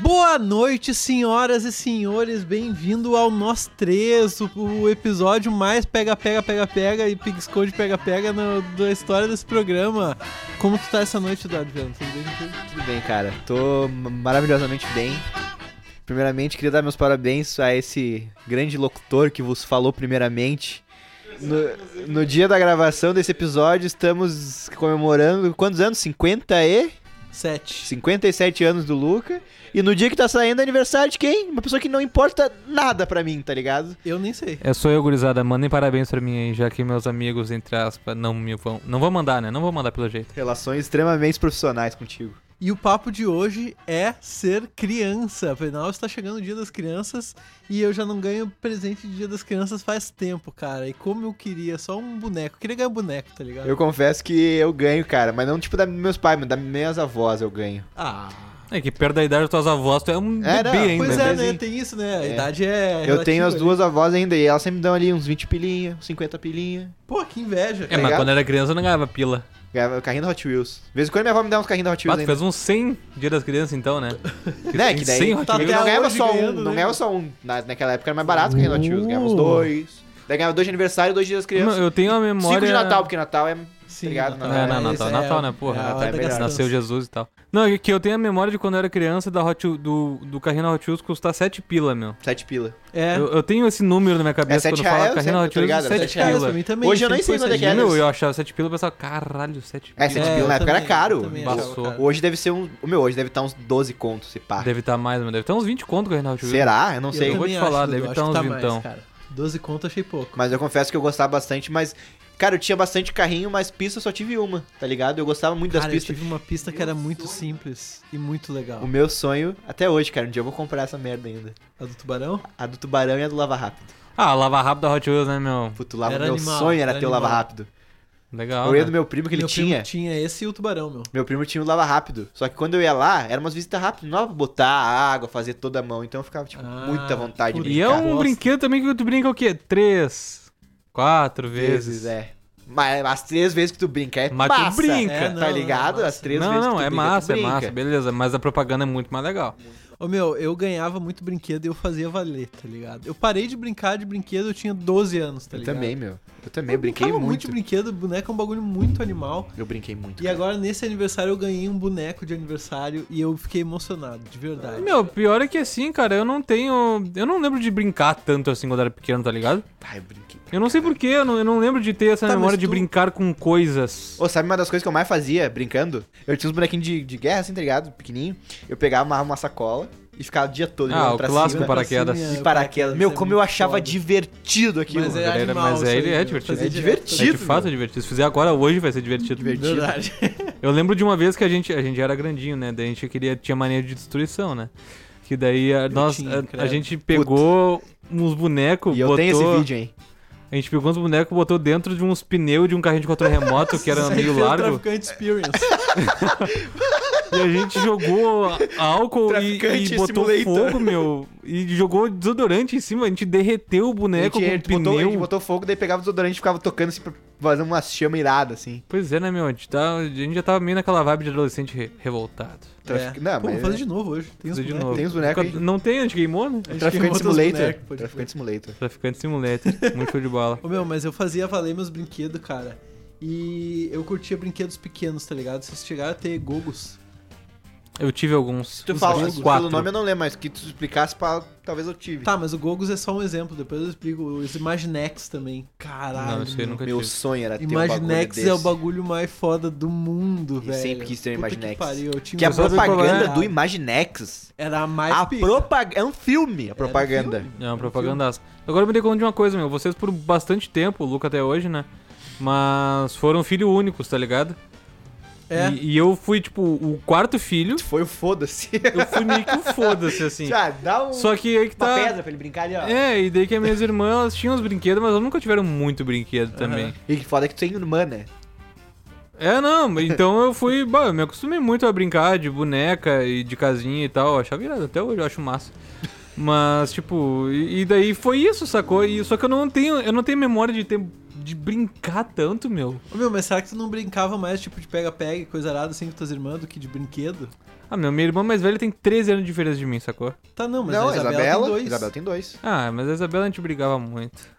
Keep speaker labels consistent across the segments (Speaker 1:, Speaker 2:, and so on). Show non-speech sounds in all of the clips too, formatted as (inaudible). Speaker 1: Boa noite, senhoras e senhores. Bem-vindo ao Nós Três, o, o episódio mais pega, pega, pega, pega e pique-esconde, pega, pega no- da história desse programa. Como tu tá essa noite, Eduardo? Viana? Tudo bem contigo?
Speaker 2: Tudo bem, cara. Tô ma- maravilhosamente bem. Primeiramente, queria dar meus parabéns a esse grande locutor que vos falou primeiramente. No, no dia da gravação desse episódio, estamos comemorando quantos anos? 50 e?
Speaker 1: Sete.
Speaker 2: 57 anos do Luca. E no dia que tá saindo é aniversário de quem? Uma pessoa que não importa nada pra mim, tá ligado?
Speaker 1: Eu nem sei.
Speaker 3: É, sou eu, gurizada. Mandem parabéns pra mim aí, já que meus amigos, entre aspas, não me vão. Não vou mandar, né? Não vou mandar pelo jeito.
Speaker 2: Relações extremamente profissionais contigo.
Speaker 1: E o papo de hoje é ser criança. Afinal, está chegando o Dia das Crianças e eu já não ganho presente de Dia das Crianças faz tempo, cara. E como eu queria, só um boneco. Eu queria ganhar um boneco, tá ligado?
Speaker 2: Eu confesso que eu ganho, cara, mas não tipo da meus pais, mas da minhas avós eu ganho.
Speaker 1: Ah.
Speaker 3: É que perto da idade das tuas avós, tu é um
Speaker 2: É,
Speaker 3: bebê
Speaker 2: não,
Speaker 3: ainda.
Speaker 1: Pois é, né?
Speaker 2: bebezinho.
Speaker 1: Tem isso, né? A
Speaker 2: É.
Speaker 1: idade é.
Speaker 2: Eu tenho
Speaker 1: relativa,
Speaker 2: as
Speaker 1: né?
Speaker 2: duas avós ainda e elas sempre dão ali uns 20 pilinha, uns 50 pilinha.
Speaker 1: Pô, que inveja.
Speaker 3: É, mas
Speaker 2: ligado?
Speaker 3: quando era criança eu não ganhava pila.
Speaker 2: Ganhava Carrinho da Hot Wheels. De vez em quando minha avó me dá uns carrinhos da Hot
Speaker 3: Ah,
Speaker 2: Wheels
Speaker 3: tu
Speaker 2: ainda.
Speaker 3: fez uns 100 dia das crianças então, né?
Speaker 2: (laughs) Né, que daí
Speaker 3: 100 Hot
Speaker 1: tá
Speaker 2: eu
Speaker 3: Wheels.
Speaker 1: até
Speaker 2: não ganhava
Speaker 1: hoje
Speaker 2: só um,
Speaker 1: ganhando,
Speaker 2: não
Speaker 1: né?
Speaker 2: ganhava só um. Na- naquela época era mais barato o carrinho da Hot Wheels, ganhava uns
Speaker 1: Uh.
Speaker 2: dois. Daí ganhava dois de aniversário, dois de dias das crianças.
Speaker 3: Não, eu tenho a memória.
Speaker 2: Cinco de Natal, porque Natal é...
Speaker 1: Sim,
Speaker 2: Obrigado,
Speaker 1: Natal.
Speaker 2: Natal.
Speaker 3: É, não,
Speaker 1: Mas
Speaker 3: Natal,
Speaker 1: é-
Speaker 3: Natal, né? Porra,
Speaker 1: é a
Speaker 3: Natal
Speaker 1: hora
Speaker 2: é
Speaker 1: da
Speaker 2: melhor.
Speaker 1: gastança.
Speaker 3: Nasceu Jesus e tal. Não, é que eu tenho a memória de quando eu era criança da Hot, Wheels- do, do carrinho da Hot Wheels custar 7 pila, meu.
Speaker 2: Sete pila.
Speaker 1: É.
Speaker 3: Eu, eu tenho esse número na minha cabeça
Speaker 2: É, sete
Speaker 3: quando fala
Speaker 2: reais,
Speaker 3: carrinho da
Speaker 2: eu tô
Speaker 3: Hot Wheels
Speaker 2: ligado, é
Speaker 3: 7
Speaker 2: sete reais
Speaker 1: pra
Speaker 3: pila.
Speaker 1: mim também.
Speaker 2: Hoje eu
Speaker 1: sempre
Speaker 2: nem sei
Speaker 1: foi
Speaker 2: quanto é que
Speaker 1: sete
Speaker 2: era.
Speaker 1: reais.
Speaker 3: Meu, eu achava 7 pila e pensava, caralho, 7 pila.
Speaker 2: É, sete
Speaker 1: É, eu
Speaker 2: pila na época
Speaker 1: também,
Speaker 2: era caro.
Speaker 1: eu também
Speaker 2: Bah,
Speaker 3: achava caro.
Speaker 2: Hoje deve ser um... O meu, hoje deve estar uns 12 contos, se pá.
Speaker 3: Deve estar mais, mas deve estar uns 20 conto com o Renato Júnior.
Speaker 2: Ah. Será? Eu não sei.
Speaker 3: Eu vou te
Speaker 1: também
Speaker 3: falar,
Speaker 1: acho,
Speaker 3: deve
Speaker 1: Dudu,
Speaker 3: tá
Speaker 1: acho
Speaker 3: uns
Speaker 1: que mais,
Speaker 3: vintão.
Speaker 1: cara. 12 conto achei pouco.
Speaker 2: Mas eu confesso que eu gostava bastante, mas... Cara, eu tinha bastante carrinho, mas pista eu só tive uma, tá ligado? Eu gostava muito das
Speaker 1: Cara, eu
Speaker 2: pistas.
Speaker 1: tive uma pista que era muito simples e muito legal.
Speaker 2: O meu sonho, até hoje, cara, um dia eu vou comprar essa merda ainda.
Speaker 1: A do tubarão?
Speaker 2: A do tubarão e a do lava rápido.
Speaker 3: Ah, lava rápido da Hot Wheels, né, meu?
Speaker 2: Puto, lava,
Speaker 1: Era
Speaker 2: meu
Speaker 1: animal,
Speaker 2: sonho era,
Speaker 1: era
Speaker 2: ter o lava
Speaker 1: animal.
Speaker 2: rápido.
Speaker 3: Legal.
Speaker 2: eu ia
Speaker 3: Né?
Speaker 2: do meu primo que ele
Speaker 1: Meu primo
Speaker 2: tinha.
Speaker 1: tinha esse e o tubarão, meu.
Speaker 2: Meu primo tinha o lava rápido. Só que quando eu ia lá, eram umas visitas rápidas. Não dava pra botar a água, fazer toda a mão. Então eu ficava, tipo,
Speaker 1: Ah,
Speaker 2: muita vontade de
Speaker 1: puta,
Speaker 3: E
Speaker 2: brincar.
Speaker 3: é um
Speaker 1: Gosta.
Speaker 3: brinquedo também que tu brinca o quê? Três, quatro vezes.
Speaker 2: vezes, é. Mas as três vezes que tu brinca é
Speaker 3: Mas tu
Speaker 2: massa.
Speaker 3: brinca.
Speaker 2: É,
Speaker 1: não,
Speaker 2: tá
Speaker 1: não,
Speaker 2: ligado?
Speaker 1: massa.
Speaker 2: as três
Speaker 3: não,
Speaker 2: vezes
Speaker 3: não,
Speaker 2: que tu
Speaker 3: é
Speaker 2: brinca, tu
Speaker 3: massa, é
Speaker 2: brinca.
Speaker 3: massa, beleza. Mas a propaganda é muito mais legal.
Speaker 1: Ô meu, eu ganhava muito brinquedo e eu fazia valer, tá ligado? Eu parei de brincar de brinquedo, eu tinha 12 anos, tá
Speaker 2: Eu
Speaker 1: ligado?
Speaker 2: também, meu. Eu também, eu brinquei
Speaker 1: brincava
Speaker 2: muito.
Speaker 1: muito de brinquedo, boneco é um bagulho muito animal.
Speaker 2: Eu brinquei muito.
Speaker 1: E agora, nesse aniversário, eu ganhei um boneco de aniversário e eu fiquei emocionado, de verdade.
Speaker 3: Meu, pior é que assim, cara, eu não tenho. Eu não lembro de brincar tanto assim quando era pequeno, tá ligado?
Speaker 2: Tá, eu brinquei.
Speaker 3: Eu não sei porquê, eu não, eu não lembro de ter essa
Speaker 1: Tá,
Speaker 3: memória
Speaker 1: mas
Speaker 3: de
Speaker 1: tu-
Speaker 3: brincar com coisas.
Speaker 2: Ô, sabe uma das coisas que eu mais fazia brincando? Eu tinha uns bonequinhos de, de guerra, assim, tá ligado? Pequenininho. Eu pegava, amarrava uma sacola e ficava o dia todo
Speaker 3: Ah, o clássico
Speaker 1: cima, pra
Speaker 3: paraquedas. É
Speaker 1: cima,
Speaker 2: De
Speaker 1: É,
Speaker 2: paraquedas. Meu, como eu achava divertido aquilo.
Speaker 1: Mas é
Speaker 3: Cara, era-
Speaker 1: animal
Speaker 3: mas
Speaker 1: isso
Speaker 3: é-
Speaker 1: aí,
Speaker 3: é
Speaker 1: eu fazia
Speaker 3: divertido.
Speaker 2: É
Speaker 1: direto.
Speaker 2: divertido.
Speaker 3: É de fato divertido. Se fizer agora, hoje vai ser divertido.
Speaker 2: Divertido.
Speaker 1: Verdade.
Speaker 3: Eu lembro de uma vez que a gente, a gente era grandinho, né? Daí a gente queria, tinha mania de destruição, né? Que daí a, nós,
Speaker 1: tinha,
Speaker 3: a- a,
Speaker 1: credo.
Speaker 3: gente pegou uns bonecos,
Speaker 2: E eu
Speaker 3: botou...
Speaker 2: tenho esse vídeo, hein?
Speaker 3: A gente pegou uns bonecos, botou dentro de uns pneus de um carrinho de controle remoto,
Speaker 2: (laughs)
Speaker 3: que
Speaker 1: (laughs)
Speaker 3: era
Speaker 1: Isso aí
Speaker 3: meio
Speaker 1: foi o
Speaker 3: largo,
Speaker 1: Traficante Experience.
Speaker 3: e a gente jogou álcool e,
Speaker 2: Traficante
Speaker 3: e botou
Speaker 2: Simulator.
Speaker 3: fogo, meu. E jogou desodorante em cima, a gente derreteu o boneco
Speaker 2: a
Speaker 3: com o
Speaker 2: gente tipo, botou, a
Speaker 3: pneu.
Speaker 2: gente botou fogo, daí pegava o desodorante e ficava tocando assim, pra- fazendo uma chama irada, assim.
Speaker 3: Pois é, né, meu? A gente, tá- a gente já tava meio naquela vibe de adolescente re- revoltado.
Speaker 2: (laughs) Trafic-
Speaker 1: É.
Speaker 2: Então, Não,
Speaker 1: Pô,
Speaker 2: mas- um
Speaker 1: vou fazer de novo hoje. Tem uns
Speaker 3: Fazer de
Speaker 1: bonecos.
Speaker 3: novo.
Speaker 2: Tem os bonecos aí?
Speaker 3: Não tem, a gente queimou, né?
Speaker 1: gente
Speaker 2: Traficante
Speaker 1: queimou todos os
Speaker 2: Simulator.
Speaker 1: bonecos, pode
Speaker 2: Traficante Simulator.
Speaker 3: Traficante Simulator. Muito show de bola.
Speaker 1: Ô, meu, mas eu fazia valer meus brinquedos, cara. E eu curtia brinquedos pequenos, tá ligado? Vocês chegaram a ter gogos.
Speaker 3: Eu tive alguns.
Speaker 2: Tu
Speaker 3: Uns
Speaker 2: fala,
Speaker 3: jogos.
Speaker 2: pelo nome é eu não lembro, mas que tu explicasse, pra... talvez eu tive.
Speaker 1: Tá, mas o gogos é só um exemplo. Depois eu explico. Os Imaginex também. Caralho.
Speaker 3: Não, isso aí
Speaker 1: meu.
Speaker 3: nunca
Speaker 2: Meu
Speaker 3: tive.
Speaker 2: sonho era ter um bagulho
Speaker 1: Imaginex
Speaker 2: desse.
Speaker 1: é o bagulho mais foda do mundo,
Speaker 2: E
Speaker 1: velho.
Speaker 2: sempre quis ter um
Speaker 1: Puta
Speaker 2: Imaginex.
Speaker 1: Que, pariu, eu tinha
Speaker 2: Que a
Speaker 1: um bagulho
Speaker 2: propaganda
Speaker 1: errado.
Speaker 2: do Imaginex.
Speaker 1: Era a mais
Speaker 2: A
Speaker 1: pica.
Speaker 2: propaganda. É um filme, a propaganda.
Speaker 3: É uma propagandaça. Agora eu me dei conta de uma coisa, meu. Vocês por bastante tempo, o Luca até hoje, né? Mas foram filho únicos, tá ligado?
Speaker 1: É.
Speaker 3: E, e eu fui, tipo, o quarto filho.
Speaker 2: Foi o foda-se.
Speaker 3: Eu fui meio que um foda-se,
Speaker 2: (laughs)
Speaker 3: assim.
Speaker 2: Já, dá um,
Speaker 3: Só que aí que
Speaker 2: uma
Speaker 3: tá.
Speaker 2: pedra pra ele brincar ali, ó.
Speaker 3: É, e daí que as minhas irmãs elas tinham os brinquedos, mas elas nunca tiveram muito brinquedo também.
Speaker 2: E que foda que tu tem irmã, né?
Speaker 3: É, não, então eu fui. Bah, eu me acostumei muito a brincar de boneca e de casinha e tal. Eu achava irado, até hoje eu acho massa. Mas, tipo, e, e daí foi isso, sacou? E, só que eu não tenho. Eu não tenho memória de ter de brincar tanto, meu.
Speaker 1: Ô, meu, mas será que tu não brincava mais, tipo, de pega-pega e coisa arada assim com tuas irmãs do que de brinquedo?
Speaker 3: Ah, meu, minha irmã mais velha tem 13 anos de diferença de mim, sacou?
Speaker 1: Tá, não, mas
Speaker 2: não,
Speaker 1: a
Speaker 2: a
Speaker 1: Isabela, tem dois.
Speaker 2: Isabela tem dois.
Speaker 3: Ah, mas a Isabela a gente brigava muito.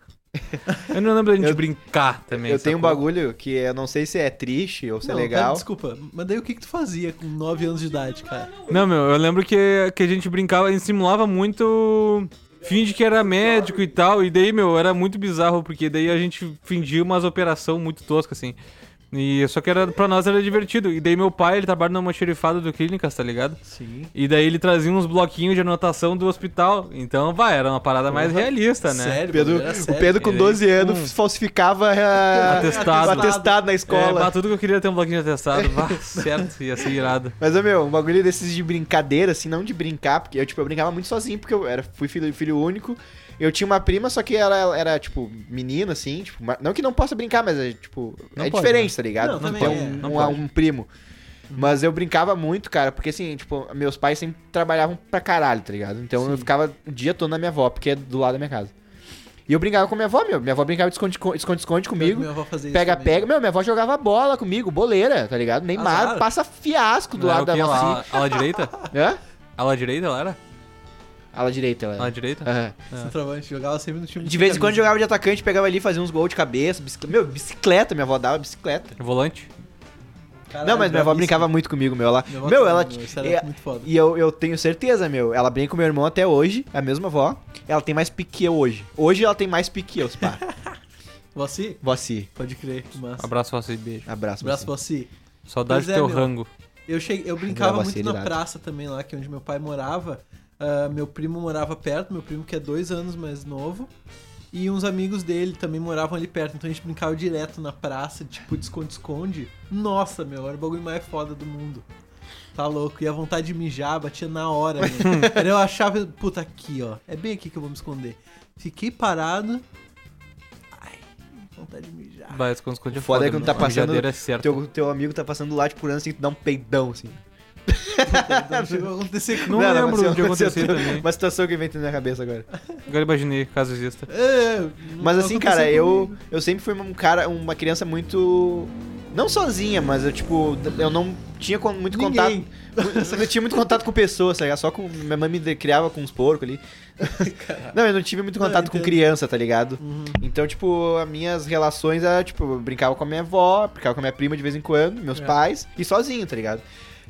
Speaker 3: Eu não lembro da gente
Speaker 2: Eu-
Speaker 3: brincar também. tá
Speaker 2: eu tenho um
Speaker 3: sacou?
Speaker 2: bagulho que eu não sei se é triste ou se
Speaker 1: Não,
Speaker 2: é
Speaker 1: pera,
Speaker 2: legal.
Speaker 1: desculpa, mas daí o que, que tu fazia com 9 anos de idade, cara?
Speaker 3: Não, meu, eu lembro que, que a gente brincava, a gente simulava muito. Finge que era médico e tal. E daí, meu, era muito bizarro, porque daí a gente fingia umas operações muito toscas, assim. E só que era, pra nós era divertido. E daí meu pai, ele trabalha numa xerifada do Clínicas, tá ligado?
Speaker 1: Sim.
Speaker 3: E daí ele trazia uns bloquinhos de anotação do hospital. Então, vai, era uma parada mais
Speaker 1: Porra,
Speaker 3: realista, né?
Speaker 1: Sério,
Speaker 2: Pedro-
Speaker 1: mano, era
Speaker 2: o
Speaker 1: sério.
Speaker 2: Pedro com
Speaker 3: Ele-
Speaker 2: 12 anos falsificava a-
Speaker 3: Atestado.
Speaker 2: o atestado na
Speaker 3: É,
Speaker 2: escola.
Speaker 3: bah, tudo que eu queria é ter um bloquinho de atestado.
Speaker 2: (laughs)
Speaker 3: Bah, certo, ia ser irado.
Speaker 2: Mas, ô, meu, um bagulho desses de brincadeira, assim, não de brincar, porque eu, tipo, eu brincava muito sozinho, porque eu era, fui filho, filho único. Eu tinha uma prima, só que ela era, tipo, menina, assim, tipo, ma- não que não possa brincar, mas é, tipo,
Speaker 3: Não
Speaker 2: é
Speaker 3: pode, né?
Speaker 2: diferente, tá ligado?
Speaker 1: Não,
Speaker 2: Não,
Speaker 1: também
Speaker 2: tem
Speaker 1: é.
Speaker 2: um,
Speaker 3: Não
Speaker 2: um-
Speaker 3: pode. Uhum.
Speaker 2: um primo. Mas eu brincava muito, cara, porque assim, tipo, meus pais sempre trabalhavam pra caralho, tá ligado? Então eu ficava o dia todo na minha avó, porque é do lado da minha casa. E eu brincava com minha avó, meu. Minha avó brincava de esconde- esconde-esconde comigo.
Speaker 1: Minha avó fazia isso também.
Speaker 2: Pega-pega. Meu, minha avó jogava bola comigo, boleira, tá ligado? Neymar
Speaker 1: Azar.
Speaker 2: passa fiasco do
Speaker 1: é
Speaker 3: Não era
Speaker 2: lado
Speaker 3: o
Speaker 2: da
Speaker 3: quê?
Speaker 2: nossa.
Speaker 3: Ala- ala direita?
Speaker 2: Hã?
Speaker 3: Ala direita, ela era?
Speaker 2: Ala direita, ela.
Speaker 3: Ala direita?
Speaker 2: Aham.
Speaker 1: Centroavante, jogava sempre no time
Speaker 2: É. De vez em quando
Speaker 1: camisa.
Speaker 2: jogava de atacante, pegava ali, fazia uns gols de cabeça, bicicleta. Meu, bicicleta, minha avó dava bicicleta.
Speaker 3: Volante?
Speaker 1: Caralho,
Speaker 2: Não, mas minha avó
Speaker 1: bravíssimo.
Speaker 2: brincava muito comigo, meu. Ela,
Speaker 1: Minha avó
Speaker 2: meu,
Speaker 1: também,
Speaker 2: ela.
Speaker 1: isso era
Speaker 2: é-
Speaker 1: muito foda.
Speaker 2: E eu, eu tenho certeza, meu. Ela brinca com meu irmão até hoje, é a mesma avó. Ela tem mais pique que eu hoje. Hoje ela tem mais pique que eu,
Speaker 1: (laughs)
Speaker 2: pá.
Speaker 1: Vossi?
Speaker 2: Vossi.
Speaker 1: Pode crer, massa.
Speaker 3: Abraço, você e beijo.
Speaker 2: Abraço,
Speaker 1: Abraço,
Speaker 2: Vossi.
Speaker 1: Vossi. Pois
Speaker 3: Saudade do
Speaker 1: é,
Speaker 3: teu
Speaker 1: meu.
Speaker 3: rango.
Speaker 1: Eu, cheguei, eu brincava
Speaker 2: André
Speaker 1: muito
Speaker 2: Vossi,
Speaker 1: na
Speaker 2: irado.
Speaker 1: praça também, lá que é onde meu pai morava. Ah, meu primo morava perto, meu primo que é dois anos mais novo. E uns amigos dele também moravam ali perto, então a gente brincava direto na praça, tipo de esconde-esconde. Nossa, meu, era o bagulho mais foda do mundo. Tá louco, e a vontade de mijar batia na hora. Meu.
Speaker 2: (laughs)
Speaker 1: Era eu achava, puta, aqui ó, é bem aqui que eu vou me esconder. Fiquei parado. Ai, vontade de mijar.
Speaker 2: (laughs)
Speaker 3: Vai, esconde, esconde.
Speaker 2: O foda é quando tá passando-
Speaker 3: É certa.
Speaker 2: Teu, teu amigo tá passando lá, tipo, por ano, assim, tu dá um peidão, assim.
Speaker 1: Não chegou a acontecer
Speaker 3: Não,
Speaker 1: comigo.
Speaker 2: (laughs) mas
Speaker 3: lembro
Speaker 2: assim,
Speaker 3: de acontecer também.
Speaker 2: Uma situação que vem na minha cabeça agora.
Speaker 3: Agora imaginei, tá? caso exista.
Speaker 1: É,
Speaker 2: Mas
Speaker 1: não
Speaker 2: assim,
Speaker 1: aconteceu
Speaker 2: cara, eu,
Speaker 1: comigo.
Speaker 2: eu sempre fui um cara, uma criança muito. Não sozinha, mas eu, tipo, eu não tinha con- muito
Speaker 1: Ninguém.
Speaker 2: contato. Só que (laughs) eu tinha muito contato com pessoas, tá ligado? Só com. Minha mãe me de- criava com uns porcos ali. não, eu não tive muito
Speaker 1: Não,
Speaker 2: contato com
Speaker 1: entendo.
Speaker 2: criança, tá ligado?
Speaker 1: Uhum.
Speaker 2: Então, tipo, as minhas relações era, tipo, eu brincava com a minha avó, brincava com a minha prima de vez em quando, meus
Speaker 3: É.
Speaker 2: pais, e sozinho, tá ligado?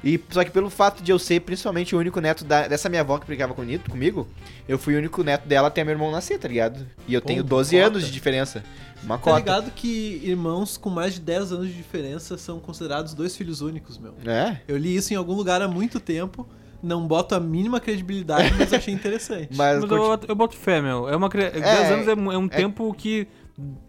Speaker 2: E só que pelo fato de eu ser principalmente o único neto da- dessa minha avó que brincava com, nito- comigo, eu fui o único neto dela até meu irmão nascer, tá ligado? E eu
Speaker 1: Pô,
Speaker 2: tenho
Speaker 1: uma
Speaker 2: 12
Speaker 1: cota.
Speaker 2: anos de diferença. Uma
Speaker 1: Tá
Speaker 2: cota.
Speaker 1: ligado que irmãos com mais de 10 anos de diferença são considerados dois filhos únicos, meu.
Speaker 2: né?
Speaker 1: Eu li isso em algum lugar há muito tempo, não boto a mínima credibilidade, mas achei interessante.
Speaker 2: (laughs) Mas,
Speaker 3: Mas eu,
Speaker 2: continu-
Speaker 3: boto- eu boto fé, meu. É uma cria... 10
Speaker 2: É,
Speaker 3: anos é, mu- é um tempo que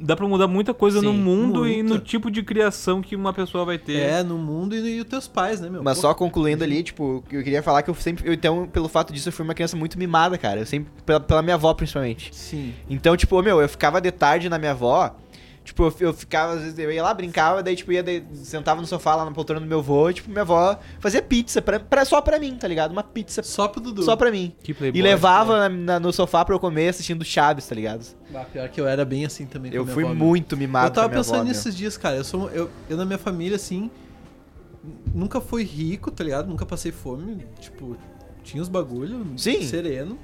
Speaker 3: dá pra mudar muita coisa no
Speaker 2: Sim,
Speaker 3: mundo e
Speaker 1: muito.
Speaker 3: no tipo de criação que uma pessoa vai ter.
Speaker 1: É, no mundo e, e os teus pais, né, meu?
Speaker 2: mas
Speaker 1: Pô,
Speaker 2: só concluindo ali, tipo, eu queria falar que eu sempre. eu, então, pelo fato disso, eu fui uma criança muito mimada, cara. Eu sempre. Pela, pela minha avó, principalmente.
Speaker 1: Sim.
Speaker 2: Então, tipo, meu, eu ficava de tarde na minha avó. Tipo, eu, eu ficava, às vezes eu ia lá, brincava, daí, tipo, ia, de- sentava no sofá lá na poltrona do meu avô, e, tipo, minha avó fazia pizza pra, pra- só pra mim, tá ligado? Uma pizza
Speaker 1: Só pro Dudu.
Speaker 2: só pra mim.
Speaker 3: Que playboy.
Speaker 2: e levava
Speaker 1: né?
Speaker 2: na- na- no sofá pra eu comer assistindo Chaves, tá ligado?
Speaker 1: Ah, pior que eu era bem assim também. com
Speaker 2: Eu
Speaker 1: minha
Speaker 2: fui
Speaker 1: avó, meu.
Speaker 2: muito mimado
Speaker 1: Eu tava
Speaker 2: com a minha
Speaker 1: pensando
Speaker 2: avó,
Speaker 1: nesses dias, cara. Eu sou eu, eu na minha família assim nunca fui rico, tá ligado? Nunca passei fome, tipo, tinha os bagulho,
Speaker 2: Sim.
Speaker 1: sereno,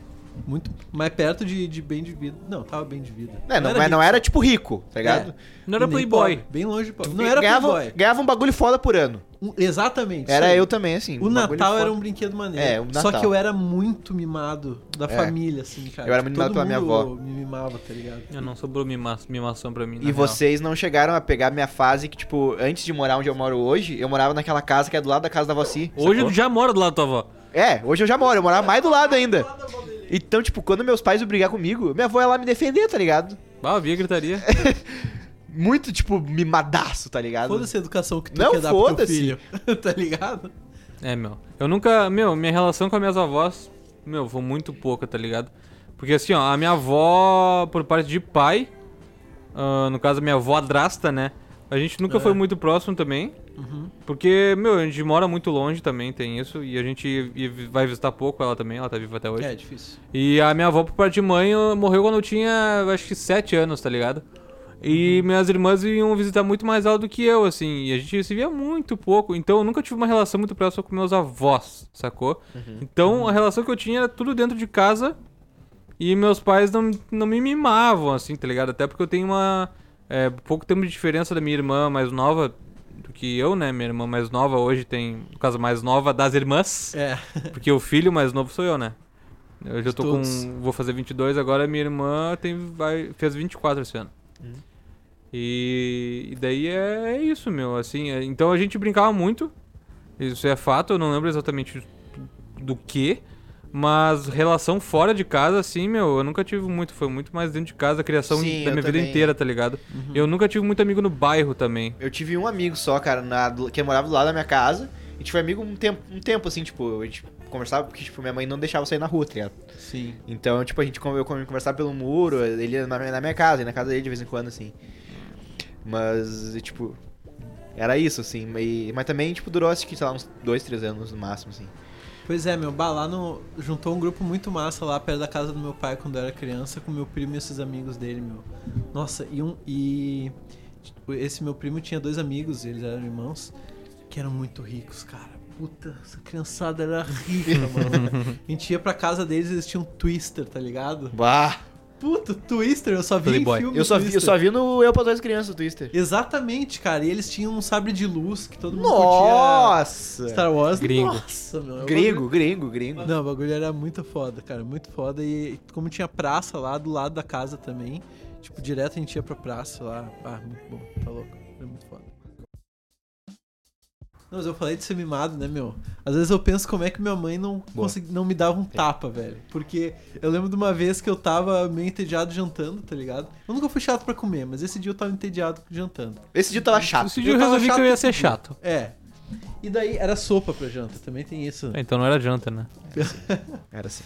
Speaker 1: muito mais perto de, de bem de vida. Não, eu tava bem de vida.
Speaker 2: meu. É, não, mas não era, tipo, rico, tá ligado?
Speaker 3: Não era
Speaker 1: nem
Speaker 3: playboy.
Speaker 1: pobre, bem longe de pobre. É, Não era
Speaker 2: ganhava,
Speaker 1: playboy.
Speaker 2: Ganhava um bagulho foda por ano.
Speaker 1: Um- exatamente.
Speaker 2: Era
Speaker 1: isso aí.
Speaker 2: eu também, assim.
Speaker 1: O
Speaker 2: um bagulho
Speaker 1: Natal
Speaker 2: foda.
Speaker 1: era um brinquedo maneiro.
Speaker 2: É, o
Speaker 1: Só
Speaker 2: Natal.
Speaker 1: que eu era muito mimado da
Speaker 2: É.
Speaker 1: família, assim, cara.
Speaker 2: Eu era
Speaker 1: Tipo,
Speaker 2: mimado
Speaker 1: todo
Speaker 2: pela minha
Speaker 1: mundo
Speaker 2: avó.
Speaker 1: me mimava, tá ligado?
Speaker 3: Eu não sobrou mima- mimação pra
Speaker 1: um
Speaker 3: mim. na
Speaker 2: E
Speaker 3: real.
Speaker 2: vocês não chegaram a pegar minha fase que, tipo, antes de morar onde eu moro hoje, eu morava naquela casa que é do lado da casa da Vossi.
Speaker 3: Hoje
Speaker 2: sacou?
Speaker 3: eu já moro do lado da tua avó.
Speaker 2: É, hoje eu já moro, eu morava mais do lado ainda. Então, tipo, quando meus pais iam brigar comigo, minha avó ia lá me defender, tá ligado?
Speaker 3: Ah, havia gritaria.
Speaker 2: Muito, tipo, mimadaço, tá ligado?
Speaker 1: Foda-se a educação que tu
Speaker 2: Não,
Speaker 1: quer dar pro teu
Speaker 2: foda-se.
Speaker 1: filho. (laughs) tá ligado?
Speaker 3: É, meu. Eu nunca. Meu, minha relação com as minhas avós, meu, foi muito pouca, tá ligado? Porque assim, ó, a minha avó, por parte de pai, ah, no caso, a minha avó adrasta, né? A gente nunca
Speaker 1: É. Uhum.
Speaker 3: foi muito próximo também. Porque, meu, a gente mora muito longe também, tem isso. E a gente e vai visitar pouco ela também, ela tá viva até hoje.
Speaker 1: É, difícil.
Speaker 3: E a minha avó, por parte de mãe, eu- morreu quando eu tinha, eu acho que, 7 anos, tá ligado? E minhas irmãs iam visitar muito mais ela do que eu, assim. E a gente se via muito pouco. Então eu nunca tive uma relação muito próxima com meus avós, sacou? Então a relação que eu tinha era tudo dentro de casa. E meus pais não, não me mimavam, assim, tá ligado? Até porque eu tenho uma. é, pouco tempo de diferença da minha irmã mais nova do que eu, né? Minha irmã mais nova hoje tem. No caso, mais nova das irmãs.
Speaker 1: É.
Speaker 3: Porque o filho mais novo sou eu, né? Eu já
Speaker 1: De
Speaker 3: tô
Speaker 1: todos.
Speaker 3: com. Vou fazer 22 agora, minha irmã tem, vai, fez 24 esse ano. E, e daí é, é isso, meu. Assim, é- então a gente brincava muito. Isso é fato, eu não lembro exatamente do que. Mas relação fora de casa, assim, meu, eu nunca tive muito. Foi muito mais dentro de casa, a criação
Speaker 2: Sim,
Speaker 3: da
Speaker 2: eu
Speaker 3: minha vida
Speaker 2: também.
Speaker 3: inteira, tá ligado? Eu nunca tive muito amigo no bairro também.
Speaker 2: Eu tive um amigo só, cara, na- do- que morava do lado da minha casa. A gente foi amigo um tempo, um tempo assim, tipo, a gente conversava porque, tipo, minha mãe não deixava eu sair na rua, tá ligado?
Speaker 1: Sim.
Speaker 2: Então, tipo, a gente con- eu conversava pelo muro, ele ia na, minha- na minha casa, ia na casa dele de vez em quando, assim. Mas, e, tipo, era isso, assim. E- mas também, tipo, durou, acho que, sei lá, uns dois, três anos no máximo, assim.
Speaker 1: Pois é, meu, bah, lá no, juntou um grupo muito massa lá perto da casa do meu pai quando eu era criança, com meu primo e esses amigos dele, meu. Nossa, e um. E. tipo, esse meu primo tinha dois amigos, eles eram irmãos, que eram muito ricos, cara. Puta, essa criançada era rica,
Speaker 2: (laughs)
Speaker 1: mano. A gente ia pra casa deles eles tinham Twister, tá ligado?
Speaker 2: Bah!
Speaker 1: Puta, Twister, eu só vi em
Speaker 3: Playboy.
Speaker 1: filme.
Speaker 2: Eu só, vi, eu
Speaker 1: Twister.
Speaker 2: só vi no Eu para Duas Crianças, o Twister.
Speaker 1: Exatamente, cara. E eles tinham um sabre de luz que todo mundo
Speaker 2: Nossa!
Speaker 1: curtia. Star Wars.
Speaker 3: Gringo.
Speaker 1: Nossa, meu. é um
Speaker 2: Gringo, gringo, gringo.
Speaker 1: Não, o bagulho era muito foda, cara, muito foda. E como tinha praça lá do lado da casa também, tipo, direto a gente ia pra praça lá. Ah, muito bom, tá louco. Era muito foda. Não, mas eu falei de ser mimado, né, meu? Às vezes eu penso como é que minha mãe não, consegui, não me dava um tapa, velho. Porque eu lembro de uma vez que eu tava meio entediado jantando, tá ligado? Eu nunca fui chato pra comer, mas esse dia eu tava entediado jantando.
Speaker 2: Esse dia Ah, tava chato.
Speaker 3: Esse dia eu
Speaker 1: Eu tava
Speaker 3: resolvi que
Speaker 1: chato
Speaker 3: eu ia ser
Speaker 1: esse dia.
Speaker 3: chato.
Speaker 1: É. E daí era sopa pra janta, também tem isso.
Speaker 3: É, Então não era janta, né?
Speaker 2: Era assim.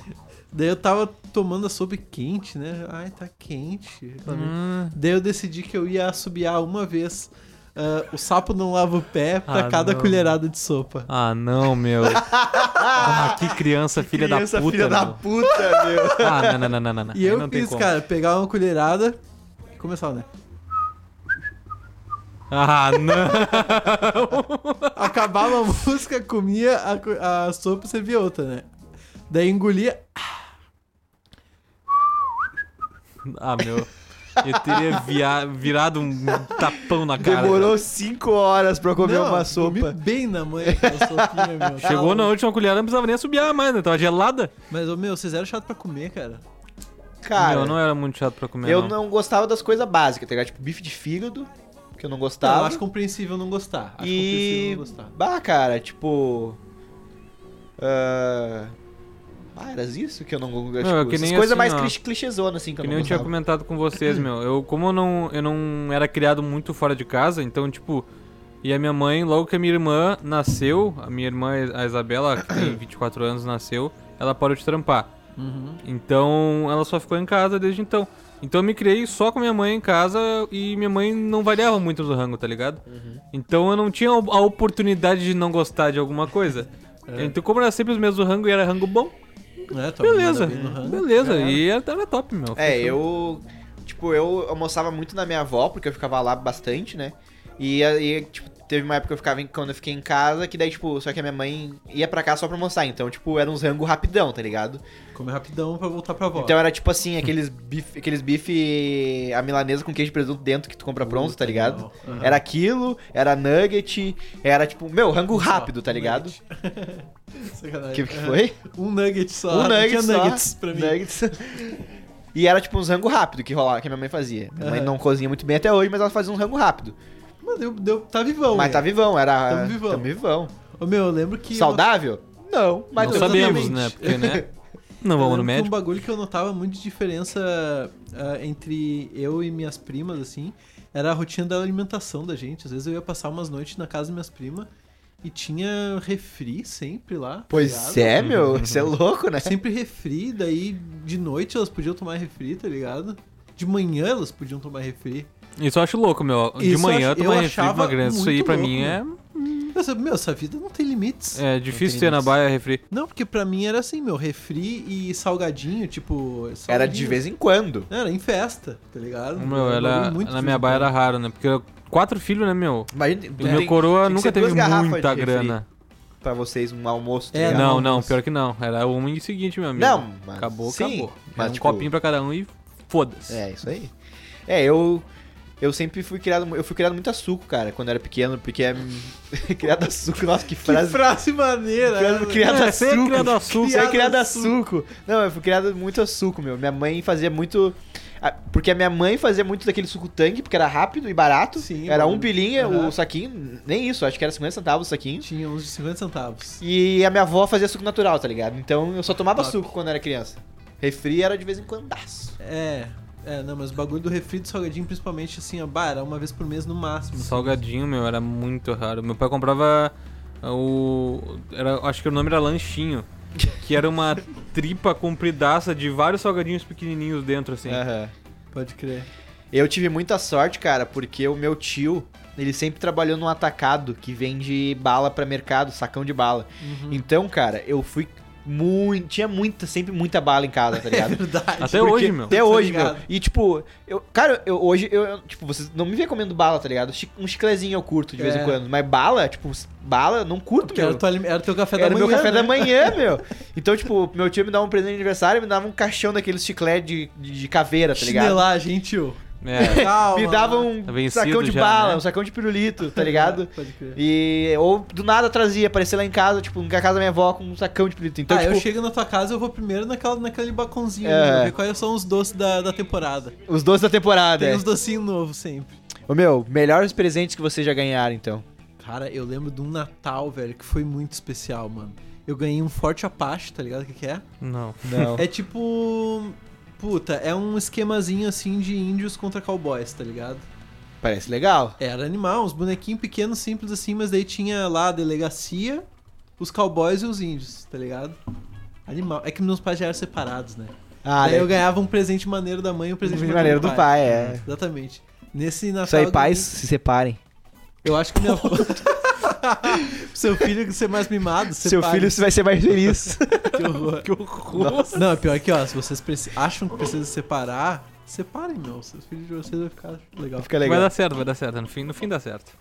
Speaker 1: Daí eu tava tomando a sopa quente, né? Ai, tá quente. reclamei.
Speaker 3: Hum,
Speaker 1: Daí eu decidi que eu ia assobiar uma vez ah, o sapo não lava o pé pra
Speaker 3: Ah,
Speaker 1: cada
Speaker 3: não.
Speaker 1: colherada de sopa.
Speaker 3: Ah, não, meu. Ah, que criança, filha da puta.
Speaker 2: filha da
Speaker 3: meu.
Speaker 2: puta, meu.
Speaker 3: Ah, não, não, não, não, não.
Speaker 1: E
Speaker 3: Aí
Speaker 1: eu
Speaker 3: não tem
Speaker 1: fiz,
Speaker 3: como.
Speaker 1: cara, pegar uma colherada e começar, né?
Speaker 3: Ah, não.
Speaker 1: Acabava a
Speaker 3: (laughs)
Speaker 1: música, comia a, co- a sopa e servia outra, né? Daí engolia.
Speaker 3: Ah, meu. Eu teria via- virado um tapão na cara.
Speaker 2: Demorou 5 horas pra comer
Speaker 1: Não,
Speaker 2: uma
Speaker 1: comi
Speaker 2: sopa.
Speaker 1: bem na manhã com a sopinha, meu.
Speaker 3: velho. (laughs) Chegou na
Speaker 1: não.
Speaker 3: última colher, não precisava nem subir mais, né? Tava gelada.
Speaker 1: Mas, ô, meu, vocês eram chato pra comer, cara.
Speaker 2: Cara,
Speaker 3: meu, não era muito chato pra comer,
Speaker 2: eu
Speaker 3: não.
Speaker 2: não gostava das coisas básicas, tá ligado? Tipo, bife de fígado, que eu não
Speaker 1: eu
Speaker 2: gostava.
Speaker 1: acho compreensível não gostar. Acho
Speaker 2: e...
Speaker 1: compreensível não gostar.
Speaker 2: Bah, cara, tipo... ah, Ah, era isso que eu não gostava.
Speaker 3: Não, é que
Speaker 2: Tipo, essas
Speaker 3: nem
Speaker 2: coisas
Speaker 3: assim,
Speaker 2: mais
Speaker 3: ó.
Speaker 2: clichê, clichêzona, assim, que eu
Speaker 3: Que
Speaker 2: não
Speaker 3: nem eu tinha
Speaker 2: gostava.
Speaker 3: comentado com vocês, meu. Eu, como eu não, eu não era criado muito fora de casa, então, tipo. E a minha mãe, logo que a minha irmã nasceu, a minha irmã, a Isabela, que tem 24 anos, nasceu, ela parou de trampar.
Speaker 1: Uhum.
Speaker 3: Então ela só ficou em casa desde então. Então eu me criei só com minha mãe em casa e minha mãe não variava muito do rango, tá ligado?
Speaker 1: Uhum.
Speaker 3: Então eu não tinha a oportunidade de não gostar de
Speaker 1: (laughs)
Speaker 3: alguma coisa. Então como era sempre os mesmos rango e era rango bom,
Speaker 1: É, tua
Speaker 3: beleza.
Speaker 1: mãe manda bem no rango. É.
Speaker 3: Beleza, e era, era top, meu.
Speaker 2: É, eu. Tipo, eu almoçava muito na minha avó, porque eu ficava lá bastante, né? E, aí, tipo, teve uma época que eu ficava em- quando eu fiquei em casa, que daí, tipo, só que a minha mãe ia pra cá só pra almoçar. Então, tipo, era uns rango rapidão, tá ligado?
Speaker 1: Comer rapidão pra voltar pra avó.
Speaker 2: Então era tipo assim, aqueles bife, aqueles bife a milanesa com queijo e presunto dentro que tu compra pronto, tá ligado?
Speaker 1: legal. Aham.
Speaker 2: Era aquilo, era nugget, era tipo, meu, rango
Speaker 1: Só,
Speaker 2: rápido, tá
Speaker 1: um
Speaker 2: ligado?
Speaker 1: nugget.
Speaker 2: O
Speaker 1: (laughs) Sacanagem.
Speaker 2: que, que foi?
Speaker 1: Um nugget só.
Speaker 2: um
Speaker 1: não
Speaker 2: nugget
Speaker 1: tinha
Speaker 2: só.
Speaker 1: nuggets pra mim.
Speaker 2: Nuggets. E era tipo uns rango rápido que rolava, que a minha mãe fazia. Minha mãe
Speaker 1: Aham.
Speaker 2: não cozinha muito bem até hoje, mas ela fazia uns rango rápido.
Speaker 1: Mas deu, deu- tá vivão.
Speaker 2: Mas
Speaker 1: né?
Speaker 2: tá vivão, era.
Speaker 1: Tamo vivão.
Speaker 2: Tamo vivão.
Speaker 1: Ô, meu, eu lembro que.
Speaker 2: Saudável? Não, mas
Speaker 3: Não
Speaker 2: tamo
Speaker 3: sabemos,
Speaker 2: vivos.
Speaker 3: né? Porque, né?
Speaker 1: (laughs) eu-
Speaker 3: Não
Speaker 1: eu lembro
Speaker 3: vamos no
Speaker 1: que Um
Speaker 3: médico.
Speaker 1: bagulho que eu notava muito de diferença ah, entre eu e minhas primas, assim, era a rotina da alimentação da gente. Às vezes eu ia passar umas noites na casa das minhas primas e tinha refri sempre lá. tá
Speaker 2: Pois é, meu, você é louco, né?
Speaker 1: Uhum. Sempre refri, daí de noite elas podiam tomar refri, tá ligado? De manhã elas podiam tomar refri.
Speaker 3: Isso eu acho louco, meu. De
Speaker 1: Isso eu
Speaker 3: manhã
Speaker 1: ach- eu
Speaker 3: tomar refri pra
Speaker 1: achava
Speaker 3: uma criança, isso aí
Speaker 1: muito
Speaker 3: pra
Speaker 1: louco,
Speaker 3: mim é.
Speaker 1: Eu pensando, meu, essa vida não tem limites.
Speaker 3: É difícil
Speaker 2: tem
Speaker 3: ter na
Speaker 2: limites.
Speaker 3: baia refri.
Speaker 1: Não, porque pra mim era assim, meu, refri e salgadinho, tipo.
Speaker 2: Era de
Speaker 1: salgadinho.
Speaker 2: vez em quando.
Speaker 1: Era em festa, tá ligado?
Speaker 3: Meu,
Speaker 1: Era
Speaker 3: ela,
Speaker 1: muito
Speaker 3: na
Speaker 1: de vez
Speaker 3: minha
Speaker 1: em
Speaker 3: baia era
Speaker 1: quando.
Speaker 3: raro, né? Porque eu- quatro filhos, né, meu?
Speaker 2: Imagina,
Speaker 3: E meu coroa nunca teve muita grana.
Speaker 2: Pra vocês, um almoço. tá
Speaker 1: É,
Speaker 2: ligado?
Speaker 3: Não,
Speaker 1: Não,
Speaker 3: não,
Speaker 1: mas-
Speaker 3: pior que não. Era o um seguinte, meu amigo.
Speaker 2: Não, mas
Speaker 3: Acabou,
Speaker 2: sim,
Speaker 3: acabou.
Speaker 2: mas,
Speaker 3: Era um
Speaker 2: tipo,
Speaker 3: copinho pra cada um e foda-se.
Speaker 2: É, isso aí. É, eu. Eu sempre fui criado. Eu fui criado muito a suco, cara, quando era pequeno, porque é. (laughs) criado a suco, nossa,
Speaker 1: Que
Speaker 2: que frase.
Speaker 1: frase maneira!
Speaker 2: Criado-
Speaker 1: né?
Speaker 2: criado
Speaker 3: É,
Speaker 2: a
Speaker 3: você é
Speaker 2: suco.
Speaker 3: criado a suco.
Speaker 2: Você é
Speaker 1: Criado
Speaker 2: criado
Speaker 1: a
Speaker 2: a suco. Não, eu fui criado muito a suco, meu. Minha mãe fazia muito. a- Porque a minha mãe fazia muito daquele suco tangue, porque era rápido e barato.
Speaker 1: Sim,
Speaker 2: era
Speaker 1: mano.
Speaker 2: um pilinha
Speaker 1: Aham.
Speaker 2: o saquinho. Nem isso, acho que era 50 centavos o saquinho.
Speaker 1: Tinha uns de 50 centavos.
Speaker 2: E a minha avó fazia suco natural, tá ligado? Então eu só tomava
Speaker 1: Top.
Speaker 2: suco quando era criança. Refri era de vez em quando. daço.
Speaker 1: É, é, não, mas o bagulho do refri do salgadinho, principalmente assim, ó, bah, era uma vez por mês no máximo.
Speaker 3: Salgadinho, meu, era muito raro. Meu pai comprava ah, o. Era, acho que o nome era Lanchinho. Que era uma tripa compridaça de vários salgadinhos pequenininhos dentro, assim.
Speaker 2: Aham.
Speaker 1: Pode crer.
Speaker 2: Eu tive muita sorte, cara, porque o meu tio, ele sempre trabalhou num atacado que vende bala pra mercado, sacão de bala. (laughs)
Speaker 1: Uhum.
Speaker 2: Então, cara, eu fui muito, tinha muita, sempre muita bala em casa,
Speaker 1: (laughs)
Speaker 2: tá ligado?
Speaker 1: Verdade.
Speaker 3: Até
Speaker 2: Porque-
Speaker 3: hoje, meu.
Speaker 2: Até
Speaker 1: Tô
Speaker 2: hoje,
Speaker 1: Tá ligado.
Speaker 2: meu. E tipo, eu, cara, eu hoje eu, eu- tipo, vocês não me vê comendo bala, tá ligado? Chi- Um chiclezinho eu curto de vez
Speaker 1: É.
Speaker 2: em quando, mas bala, tipo, bala não curto,
Speaker 1: Porque era,
Speaker 2: meu.
Speaker 1: o teu, alim- era o teu café
Speaker 2: Era
Speaker 1: da
Speaker 2: o
Speaker 1: manhã.
Speaker 2: meu café
Speaker 1: né?
Speaker 2: da
Speaker 1: (laughs)
Speaker 2: manhã, meu. Então, tipo, meu tio me dava um presente de aniversário e me dava um caixão daqueles chiclete de, de, de caveira, tá ligado?
Speaker 1: Chinelagem, tio.
Speaker 3: É.
Speaker 1: Calma.
Speaker 2: (laughs)
Speaker 1: É,
Speaker 2: me dava um
Speaker 3: Tá vencido
Speaker 2: sacão de
Speaker 3: já,
Speaker 2: bala,
Speaker 3: né?
Speaker 2: um sacão de pirulito, tá ligado?
Speaker 1: Pode crer.
Speaker 2: E ou do nada trazia, aparecia lá em casa, tipo, na casa da minha avó com um sacão de pirulito. Então,
Speaker 1: ah,
Speaker 2: tipo,
Speaker 1: eu chego na tua casa, eu vou primeiro naquela, naquele balcãozinho,
Speaker 2: É.
Speaker 1: né, ver quais são os doces da, da temporada.
Speaker 2: os dois da temporada.
Speaker 1: Tem
Speaker 2: é.
Speaker 1: uns docinhos novos sempre.
Speaker 2: Ô meu, melhores presentes que vocês já ganharam, então.
Speaker 1: Cara, eu lembro de um Natal, velho, que foi muito especial, mano. Eu ganhei um Forte Apache, tá ligado o que que é?
Speaker 3: Não.
Speaker 2: Não.
Speaker 1: É tipo... Puta, é um esquemazinho assim de índios contra cowboys, tá ligado?
Speaker 2: (laughs) Parece legal.
Speaker 1: Era animal, uns bonequinhos pequenos, simples assim, mas daí tinha lá a delegacia, os cowboys e os índios, tá ligado? Animal. É que meus pais já eram separados, né?
Speaker 2: Ah,
Speaker 1: daí eu
Speaker 2: né?
Speaker 1: ganhava um presente maneiro da mãe e um presente
Speaker 2: Presente
Speaker 1: maneiro,
Speaker 2: maneiro do pai, é.
Speaker 1: Exatamente. Nesse Natal.
Speaker 2: Isso aí,
Speaker 1: eu
Speaker 2: pais,
Speaker 1: ganhei-
Speaker 2: se separem.
Speaker 1: Eu acho
Speaker 2: (laughs)
Speaker 1: que minha avó. (laughs) Seu filho ser mais mimado, separe.
Speaker 2: Seu filho vai ser
Speaker 1: (laughs)
Speaker 2: mais feliz.
Speaker 1: Que horror.
Speaker 3: Que horror.
Speaker 1: Não, é pior que, ó, se vocês preci- acham que precisa separar, separem, meu. Seus filhos de vocês vai ficar legal.
Speaker 2: Fica
Speaker 3: Vai
Speaker 2: legal.
Speaker 3: dar certo, vai dar certo. No fim, no fim dá certo.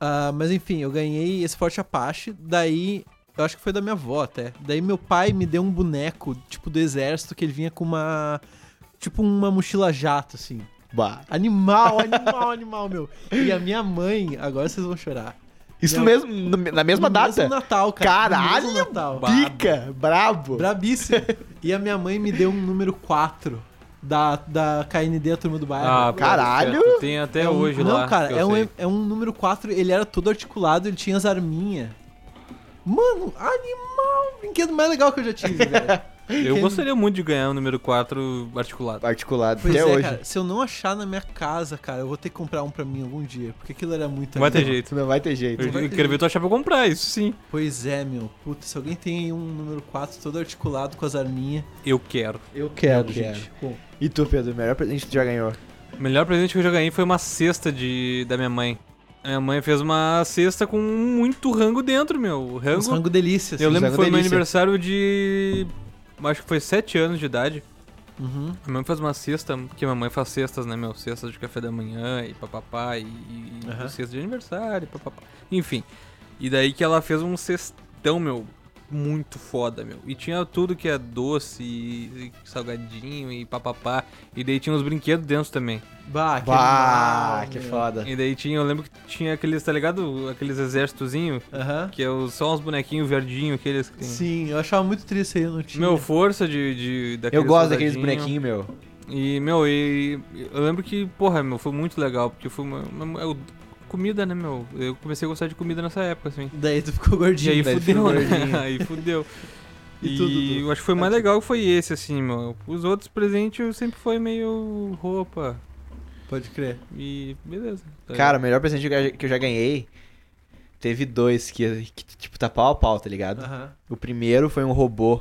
Speaker 1: Ah, mas enfim, eu ganhei esse Forte Apache, daí. Eu acho que foi da minha avó até. Daí meu pai me deu um boneco, tipo, do exército, que ele vinha com uma. Tipo uma mochila jato, assim.
Speaker 2: Bah. (laughs)
Speaker 1: Animal, animal, animal, meu. E a minha mãe, agora vocês vão chorar.
Speaker 2: Isso
Speaker 1: Não.
Speaker 2: mesmo, no- na mesma
Speaker 1: No
Speaker 2: data.
Speaker 1: Mesmo Natal, cara.
Speaker 2: Caralho,
Speaker 1: No mesmo Natal.
Speaker 2: Pica, brabo.
Speaker 1: Brabíssimo. E a minha mãe me deu um número 4 da, da KND, a turma do bairro.
Speaker 3: Ah,
Speaker 2: Caralho.
Speaker 3: certo. Tem até
Speaker 1: É um-
Speaker 3: hoje
Speaker 1: não,
Speaker 3: lá.
Speaker 1: cara,
Speaker 3: que
Speaker 1: é
Speaker 3: eu sei.
Speaker 1: um, é um número 4, ele era todo articulado, ele tinha as arminhas. Mano, animal! Brinquedo mais legal que eu já tive,
Speaker 3: (laughs)
Speaker 1: velho.
Speaker 3: Eu gostaria muito de ganhar o número 4 articulado.
Speaker 2: Articulado
Speaker 1: Pois
Speaker 2: até
Speaker 1: é,
Speaker 2: hoje.
Speaker 1: cara, se eu não achar na minha casa, cara, eu vou ter que comprar um pra mim algum dia, porque aquilo era muito
Speaker 3: Não vai ter
Speaker 1: animal.
Speaker 3: jeito.
Speaker 2: Tu não vai ter jeito.
Speaker 1: vai
Speaker 3: Eu
Speaker 1: ter
Speaker 3: quero ver tua chave pra comprar, isso sim.
Speaker 1: Pois é, meu. Puta, se alguém tem aí um número 4 todo articulado com as arminhas,
Speaker 3: Eu quero.
Speaker 2: Eu quero,
Speaker 1: gente. Pô,
Speaker 2: E tu, Pedro, o melhor presente que tu já ganhou?
Speaker 3: O melhor presente que eu já ganhei foi uma cesta de, da minha mãe. A minha mãe fez uma cesta com muito rango dentro, meu.
Speaker 1: uns
Speaker 3: Rango.
Speaker 1: rango delícia, assim.
Speaker 3: eu lembro que
Speaker 2: rango
Speaker 3: foi meu
Speaker 2: delícia.
Speaker 3: aniversário de. Acho que foi 7 anos de idade.
Speaker 1: Uhum.
Speaker 3: Minha mãe fez uma cesta, porque minha mãe faz cestas, né, meu? Cestas de café da manhã e papapá, e, e
Speaker 1: Aham.
Speaker 3: cesta de aniversário e papapá. Enfim. E daí que ela fez um cestão, meu, muito foda, meu. E tinha tudo que é doce e, e salgadinho e papapá. E daí tinha uns brinquedos dentro também.
Speaker 1: Bah, que,
Speaker 2: Bah,
Speaker 1: animal,
Speaker 2: que
Speaker 1: meu.
Speaker 2: foda.
Speaker 3: E daí tinha, eu lembro que tinha aqueles, tá ligado? Aqueles exércitozinhos,
Speaker 1: Aham.
Speaker 3: que é o- são uns bonequinhos verdinhos, aqueles que tem.
Speaker 1: Sim, eu achava muito triste aí, eu não tinha.
Speaker 3: Meu, força de. de
Speaker 2: Eu
Speaker 3: daqueles
Speaker 2: gosto daqueles
Speaker 3: soldadinhos.
Speaker 2: bonequinhos, meu.
Speaker 3: E, meu, e eu lembro que, porra, meu, foi muito legal, porque foi uma, uma- eu- comida, né, meu? Eu comecei a gostar de comida nessa época, assim.
Speaker 1: Daí tu ficou
Speaker 3: E
Speaker 1: gordinho.
Speaker 3: aí
Speaker 1: daí tu
Speaker 3: fudeu,
Speaker 1: ficou
Speaker 3: né? (laughs) aí fudeu.
Speaker 1: E
Speaker 3: E,
Speaker 1: tu, Dudu?
Speaker 3: eu acho que foi mais legal que foi esse, assim, meu. Os outros presentes eu sempre foi meio roupa
Speaker 1: Pode crer.
Speaker 3: e beleza.
Speaker 1: é.
Speaker 3: tá
Speaker 2: Cara, o melhor presente que eu já- que eu já ganhei teve dois que, que, tipo, tá pau a pau, tá ligado?
Speaker 1: Aham.
Speaker 2: O primeiro foi um robô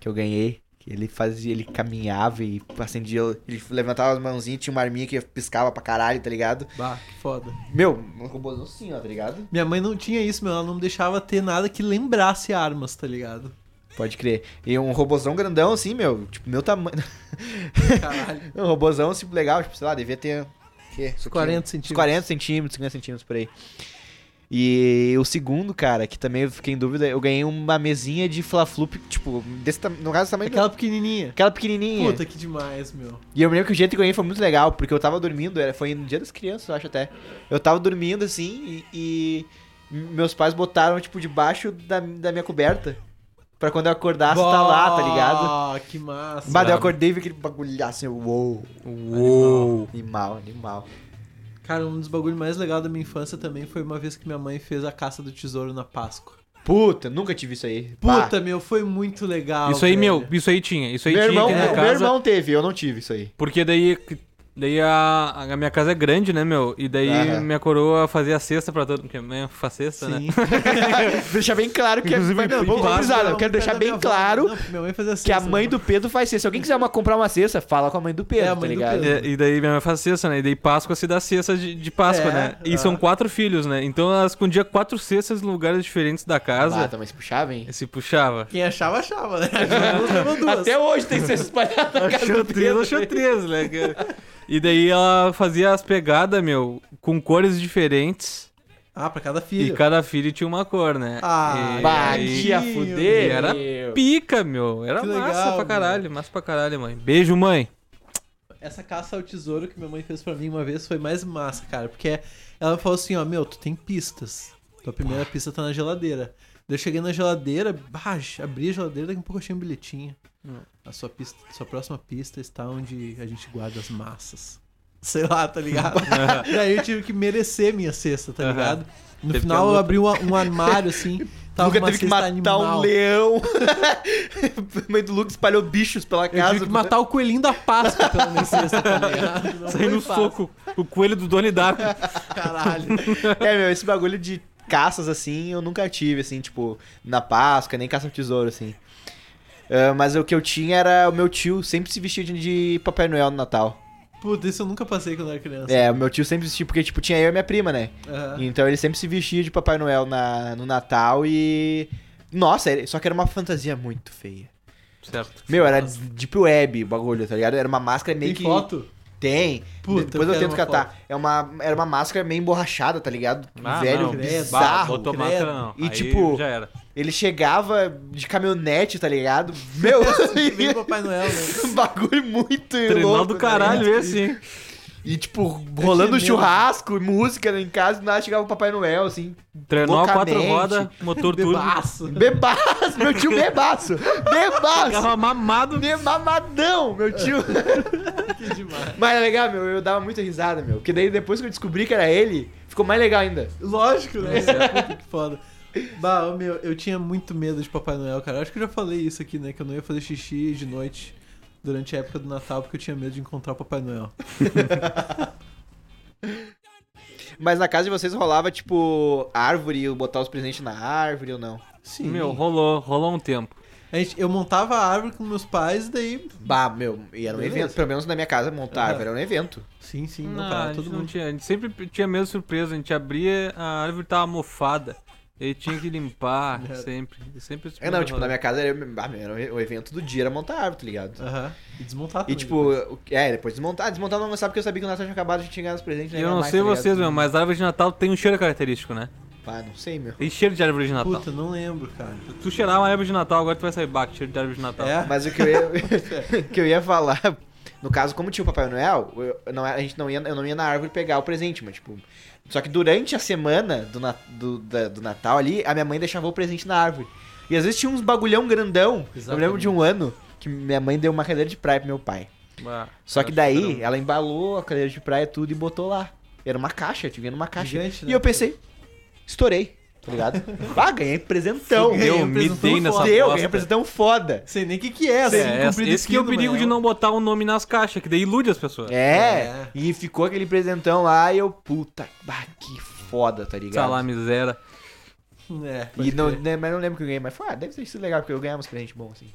Speaker 2: que eu ganhei, Ele fazia, ele caminhava e acendia, ele levantava as mãozinhas, tinha uma arminha que piscava pra caralho, tá ligado?
Speaker 1: Bah, que foda.
Speaker 2: Meu, um robôzão sim, ó, tá ligado?
Speaker 1: Minha mãe não tinha isso, meu. Ela não me deixava ter nada que lembrasse armas, tá
Speaker 2: (laughs)
Speaker 1: ligado?
Speaker 2: Pode crer. E um robôzão grandão assim, meu, tipo, meu tamanho.
Speaker 1: Caralho.
Speaker 2: (laughs) Um robôzão assim, legal, tipo, sei lá, devia ter. Que?
Speaker 1: Uns 40
Speaker 2: Uns
Speaker 1: centímetros.
Speaker 2: 40 centímetros, 50 centímetros por aí. E o segundo, cara, que também eu fiquei em dúvida, eu ganhei uma mesinha de Fla-Flup, tipo, desse tam... no caso, também
Speaker 1: Aquela pequenininha.
Speaker 2: aquela pequenininha.
Speaker 1: Puta, que demais, meu.
Speaker 2: E eu me lembro que o jeito que eu ganhei foi muito legal, porque eu tava dormindo, era, foi no dia das crianças, eu acho até. Eu tava dormindo assim e, e meus pais botaram, tipo, debaixo da, da minha coberta. Pra quando eu acordasse, tá lá, tá ligado?
Speaker 1: Ah, que massa.
Speaker 2: Mas daí eu acordei e vi aquele bagulho assim, uou,
Speaker 3: Uou!
Speaker 2: animal, animal.
Speaker 1: Cara, um dos bagulhos mais legais da minha infância também foi uma vez que minha mãe fez a caça do tesouro na Páscoa.
Speaker 2: Puta, nunca tive isso aí. Pá.
Speaker 1: Puta, meu, foi muito legal.
Speaker 3: Isso aí,
Speaker 1: velho.
Speaker 3: meu, isso aí tinha. Isso aí
Speaker 2: Meu
Speaker 3: tinha
Speaker 2: irmão,
Speaker 3: aqui na
Speaker 2: meu,
Speaker 3: casa.
Speaker 2: meu irmão teve, eu não tive
Speaker 1: (laughs)
Speaker 2: isso aí.
Speaker 3: Porque daí, daí a, a minha casa é grande, né, meu? E daí
Speaker 2: Aham.
Speaker 3: minha coroa fazia a cesta pra todo mundo. Porque amanhã faz cesta, né?
Speaker 1: Sim.
Speaker 2: deixar bem claro que
Speaker 3: Inclusive,
Speaker 2: mas não,
Speaker 3: em
Speaker 2: vamos-
Speaker 3: Páscoa,
Speaker 2: vamos, Alan, eu quero
Speaker 1: Era um
Speaker 2: deixar
Speaker 1: da
Speaker 2: bem
Speaker 1: minha avó. né?
Speaker 2: claro
Speaker 1: Não, minha mãe fazia
Speaker 2: que a
Speaker 1: cesta,
Speaker 2: mãe
Speaker 1: né?
Speaker 2: do Pedro faz cesta. Se alguém quiser uma, comprar uma cesta, fala com a mãe do Pedro,
Speaker 1: É, a
Speaker 2: tá
Speaker 1: mãe do
Speaker 2: ligado?
Speaker 1: Pedro.
Speaker 3: É, e daí minha mãe faz cesta, né? E daí Páscoa se dá cesta de, de Páscoa,
Speaker 1: É,
Speaker 3: né? E
Speaker 1: ah.
Speaker 3: são quatro filhos, né? Então ela escondia quatro cestas em lugares diferentes da
Speaker 2: Ah,
Speaker 3: casa
Speaker 2: também se puxava, hein?
Speaker 3: e se puxava.
Speaker 1: Quem achava, achava, né? Duas, levou duas.
Speaker 2: Até hoje tem cesta
Speaker 1: (laughs)
Speaker 2: espalhada na casa
Speaker 3: Achou
Speaker 2: do
Speaker 3: três,
Speaker 2: Pedro.
Speaker 3: achou três, né? Que- E daí ela fazia as pegadas, meu, com cores diferentes.
Speaker 1: Ah, pra cada
Speaker 3: E
Speaker 1: filho.
Speaker 3: cada filho tinha uma cor, né?
Speaker 1: Ah,
Speaker 3: e,
Speaker 1: Bati.
Speaker 3: e-
Speaker 2: Batia a fuder.
Speaker 3: E era
Speaker 2: meu.
Speaker 3: pica, meu. Era
Speaker 1: Que
Speaker 3: massa
Speaker 1: legal,
Speaker 3: pra caralho, massa pra caralho, mãe. Beijo, mãe.
Speaker 1: Essa caça ao tesouro que minha mãe fez pra mim uma vez foi mais massa, cara. Porque ela falou assim, ó, meu, tu tem pistas. Tua
Speaker 3: Ah.
Speaker 1: primeira pista tá na geladeira. Daí eu cheguei na geladeira, bah, abri a geladeira, daqui a pouco eu achei um bilhetinho.
Speaker 3: Hum.
Speaker 1: A sua pista, sua próxima pista está onde a gente guarda as massas. Sei lá, tá
Speaker 3: (laughs)
Speaker 1: ligado? Daí eu tive que merecer minha cesta, tá
Speaker 3: Aham.
Speaker 1: ligado? No
Speaker 3: Teve que
Speaker 1: final eu
Speaker 3: lutar.
Speaker 1: abri um, um armário
Speaker 3: (laughs)
Speaker 1: assim, tava
Speaker 2: Luca
Speaker 1: uma
Speaker 2: teve que
Speaker 1: cesta
Speaker 2: matar um
Speaker 1: animal.
Speaker 2: leão. (laughs) A mãe do Luca espalhou bichos pela
Speaker 1: Eu
Speaker 2: casa.
Speaker 1: tive que matar o coelhinho da Páscoa pela minha cesta, tá ligado?
Speaker 3: (laughs)
Speaker 1: Não
Speaker 3: Saindo
Speaker 1: foi
Speaker 3: no
Speaker 1: fácil,
Speaker 3: soco. O coelho do
Speaker 1: (laughs)
Speaker 3: Donnie Darko.
Speaker 1: Caralho.
Speaker 2: (laughs) É, meu, esse bagulho de caças, assim, eu nunca tive, assim, tipo, na Páscoa, nem caça ao tesouro, assim. Ah, mas o que eu tinha era o meu tio sempre se vestia de, de Papai Noel no Natal.
Speaker 1: Puta, isso eu nunca passei quando era criança.
Speaker 2: É, o meu tio sempre se vestia, porque, tipo, tinha eu e minha prima, né?
Speaker 1: Aham.
Speaker 2: Então ele sempre se vestia de Papai Noel na, no Natal e. Nossa, ele- só que era uma fantasia muito feia.
Speaker 3: Certo.
Speaker 2: Meu, era Deep Web o bagulho, tá ligado? Era uma máscara meio
Speaker 1: Tem
Speaker 2: que. (laughs)
Speaker 1: foto?
Speaker 2: Tem.
Speaker 1: Puta,
Speaker 2: Depois eu,
Speaker 1: eu quero
Speaker 2: tento
Speaker 1: uma
Speaker 2: catar. É uma, era uma máscara meio emborrachada, tá ligado?
Speaker 3: Ah,
Speaker 2: Velho,
Speaker 3: não. Bah,
Speaker 2: bizarro.
Speaker 3: botou
Speaker 1: credo.
Speaker 3: máscara, não.
Speaker 2: E,
Speaker 3: Aí
Speaker 2: tipo,
Speaker 3: Já era.
Speaker 2: Ele chegava de caminhonete, tá ligado?
Speaker 1: (laughs)
Speaker 2: Meu, (laughs)
Speaker 1: Vem Papai Noel, né?
Speaker 2: um bagulho muito
Speaker 3: Trenal
Speaker 2: louco,
Speaker 3: do
Speaker 2: né?
Speaker 3: caralho esse, hein?
Speaker 2: E, tipo, rolando
Speaker 1: medo.
Speaker 2: churrasco e música lá em casa, e nada, chegava o Papai Noel, assim.
Speaker 3: Trenó, quatro
Speaker 2: Loucamente.
Speaker 3: rodas, motor
Speaker 2: (laughs)
Speaker 3: turbo.
Speaker 1: Bebaço.
Speaker 2: Bebaço, meu tio bebaço. Bebaço.
Speaker 3: Ficava mamado.
Speaker 2: Me mamadão, meu tio.
Speaker 1: Que demais.
Speaker 2: Mas é legal, meu, eu dava muita risada, meu. Porque daí depois que eu descobri que era ele, ficou mais legal ainda.
Speaker 1: Lógico, né?
Speaker 2: É.
Speaker 1: Puta que foda. Bah, ô, meu, eu tinha muito medo de Papai Noel, cara. Acho que eu já falei isso aqui, né? Que eu não ia fazer xixi de noite durante a época do Natal porque eu tinha medo de encontrar o Papai Noel.
Speaker 2: Mas na casa de vocês rolava, tipo, árvore, botar os presentes na árvore ou não?
Speaker 1: Sim.
Speaker 3: Meu, rolou, rolou um tempo.
Speaker 1: A gente, eu montava a árvore com meus pais e daí...
Speaker 2: Bah, meu, e era um
Speaker 1: Beleza.
Speaker 2: evento. Pelo menos na minha casa, montar
Speaker 1: Aham.
Speaker 2: árvore era um evento.
Speaker 1: Sim, sim, não,
Speaker 3: Não, a
Speaker 1: cara,
Speaker 3: gente
Speaker 1: todo
Speaker 3: não
Speaker 1: mundo...
Speaker 3: tinha. A gente sempre tinha medo surpresa. A gente abria, a árvore tava mofada. E tinha que
Speaker 2: (laughs)
Speaker 3: limpar
Speaker 1: Era.
Speaker 3: sempre. Sempre
Speaker 2: É, não, tipo, na minha casa era, ah, meu, era um- o evento do dia, era montar árvore, tá ligado?
Speaker 1: Aham. E desmontar
Speaker 2: E
Speaker 1: também.
Speaker 2: tipo, o- é, depois desmontar. Desmontar eu não gostava porque eu sabia que o Natal tinha acabado, a gente tinha ganhado os presentes.
Speaker 3: E
Speaker 2: né,
Speaker 3: eu
Speaker 2: era
Speaker 3: não
Speaker 2: mais,
Speaker 3: sei
Speaker 2: tá ligado?
Speaker 3: vocês, meu, mas a árvore de Natal tem um cheiro característico, né?
Speaker 2: Ah, não sei, meu.
Speaker 3: Tem cheiro de árvore de Natal.
Speaker 1: Puta, não lembro, cara.
Speaker 3: Tu cheirar uma árvore de Natal, agora tu vai sair, bah, que cheiro de árvore de Natal.
Speaker 1: É?
Speaker 2: Mas o que eu
Speaker 3: (laughs)
Speaker 2: ia, (laughs) o que eu ia falar, no caso, como tinha o Papai Noel, eu não, a gente não ia, eu não ia na árvore pegar o presente, mas tipo. Só que durante a semana do, na- do, da- do Natal ali, a minha mãe deixava o presente na árvore. E às vezes tinha uns bagulhão grandão. Eu me lembro
Speaker 1: Exatamente.
Speaker 2: de um ano que minha mãe deu uma cadeira de praia pro meu pai.
Speaker 3: Bah,
Speaker 2: Só que
Speaker 3: acho
Speaker 2: daí
Speaker 3: era um-
Speaker 2: ela embalou a cadeira de praia tudo e botou lá. Era uma caixa, eu te vendo numa caixa.
Speaker 1: Gigante, né?
Speaker 2: E eu pensei, estourei, tá
Speaker 3: (laughs)
Speaker 2: ligado? ah, ganhei presentão.
Speaker 3: um-
Speaker 1: Ganhei
Speaker 2: Meu
Speaker 3: Eu
Speaker 1: um
Speaker 3: me
Speaker 1: presentão
Speaker 3: dei nessa
Speaker 1: foda.
Speaker 2: Deus,
Speaker 3: bosta.
Speaker 2: ganhei um presentão foda.
Speaker 1: Sei nem o que que é, assim,
Speaker 3: É, esse,
Speaker 1: comprido
Speaker 3: esse que é o
Speaker 1: fino,
Speaker 3: perigo
Speaker 1: mas
Speaker 3: de não botar o nome nas caixas, que daí ilude as pessoas.
Speaker 2: né? É,
Speaker 1: É.
Speaker 2: e ficou aquele presentão lá e eu, puta, bah, que foda, tá ligado?
Speaker 3: Salar miséria.
Speaker 1: É,
Speaker 2: E
Speaker 1: pode
Speaker 2: não,
Speaker 1: É, crer.
Speaker 2: né, mas não lembro o que eu ganhei, mas foi, ah, deve ter sido legal, porque eu ganhava uns presentes bons, assim.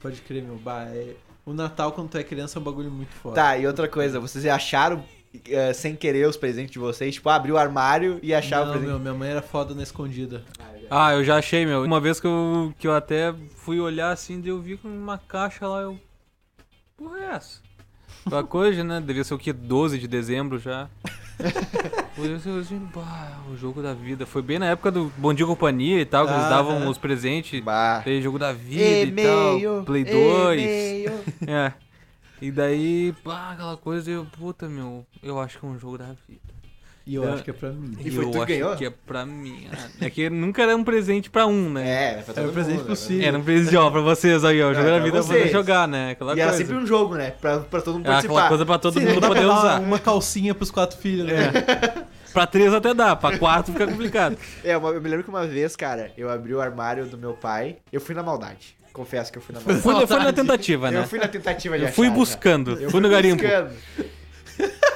Speaker 1: Pode crer, meu. Bah, é- O Natal, quando tu é criança, é um bagulho muito foda.
Speaker 2: Tá, e outra coisa, vocês acharam eh, sem querer os presentes de vocês? Tipo, abrir o armário e achar o
Speaker 1: Não,
Speaker 2: presente.
Speaker 1: meu, minha mãe era foda na escondida.
Speaker 3: Ah, eu já achei, meu. Uma vez que eu, que eu até fui olhar assim, daí eu vi com uma caixa lá, eu. Porra, é essa? Pra coisa, né? Devia ser o quê? 12 de dezembro
Speaker 2: (laughs)
Speaker 3: já. Olhei assim, eu assim, bah, o jogo da vida. Foi bem na época do Bom Dia e Companhia e tal, que eles
Speaker 1: Ah,
Speaker 3: davam
Speaker 1: aham.
Speaker 3: os presentes.
Speaker 2: Bah.
Speaker 3: Tem jogo da vida e,
Speaker 2: E-mail,
Speaker 3: tal. Play 2. É. E daí, pá, aquela coisa, eu, puta, meu, eu acho que é um jogo da vida.
Speaker 1: E eu
Speaker 3: É.
Speaker 1: acho que é pra mim.
Speaker 2: E foi
Speaker 3: eu
Speaker 2: tu que
Speaker 3: acho
Speaker 2: ganhou?
Speaker 3: que é pra mim. né? É que nunca era um presente pra um, né?
Speaker 2: É, pra todo
Speaker 1: Era o presente
Speaker 2: mundo, né?
Speaker 1: possível.
Speaker 3: Era um presente, ó, pra vocês aí, ó. Jogar
Speaker 2: pra
Speaker 3: a vida pra poder
Speaker 2: vocês.
Speaker 3: jogar, né? Aquela
Speaker 2: E
Speaker 3: coisa.
Speaker 2: era sempre um jogo, né? Pra, pra todo mundo
Speaker 3: Era aquela
Speaker 2: participar. É.
Speaker 3: coisa pra todo
Speaker 1: Sim, dá
Speaker 3: mundo
Speaker 1: pra
Speaker 3: poder
Speaker 1: dar
Speaker 2: (laughs)
Speaker 3: usar.
Speaker 1: (laughs)
Speaker 3: É.
Speaker 1: Uma calcinha pros quatro filhos, né?
Speaker 3: Pra três até dá, pra quatro fica complicado.
Speaker 2: É, uma- eu me lembro que uma vez, cara, eu abri o armário do meu pai. Eu fui na maldade. Confesso que eu fui na maldade.
Speaker 3: Foi, foi na tentativa, né?
Speaker 2: Eu fui na tentativa de
Speaker 3: Eu fui
Speaker 2: achar, né?
Speaker 3: buscando,
Speaker 2: Eu
Speaker 3: fui no garimpo.
Speaker 2: buscando. (laughs)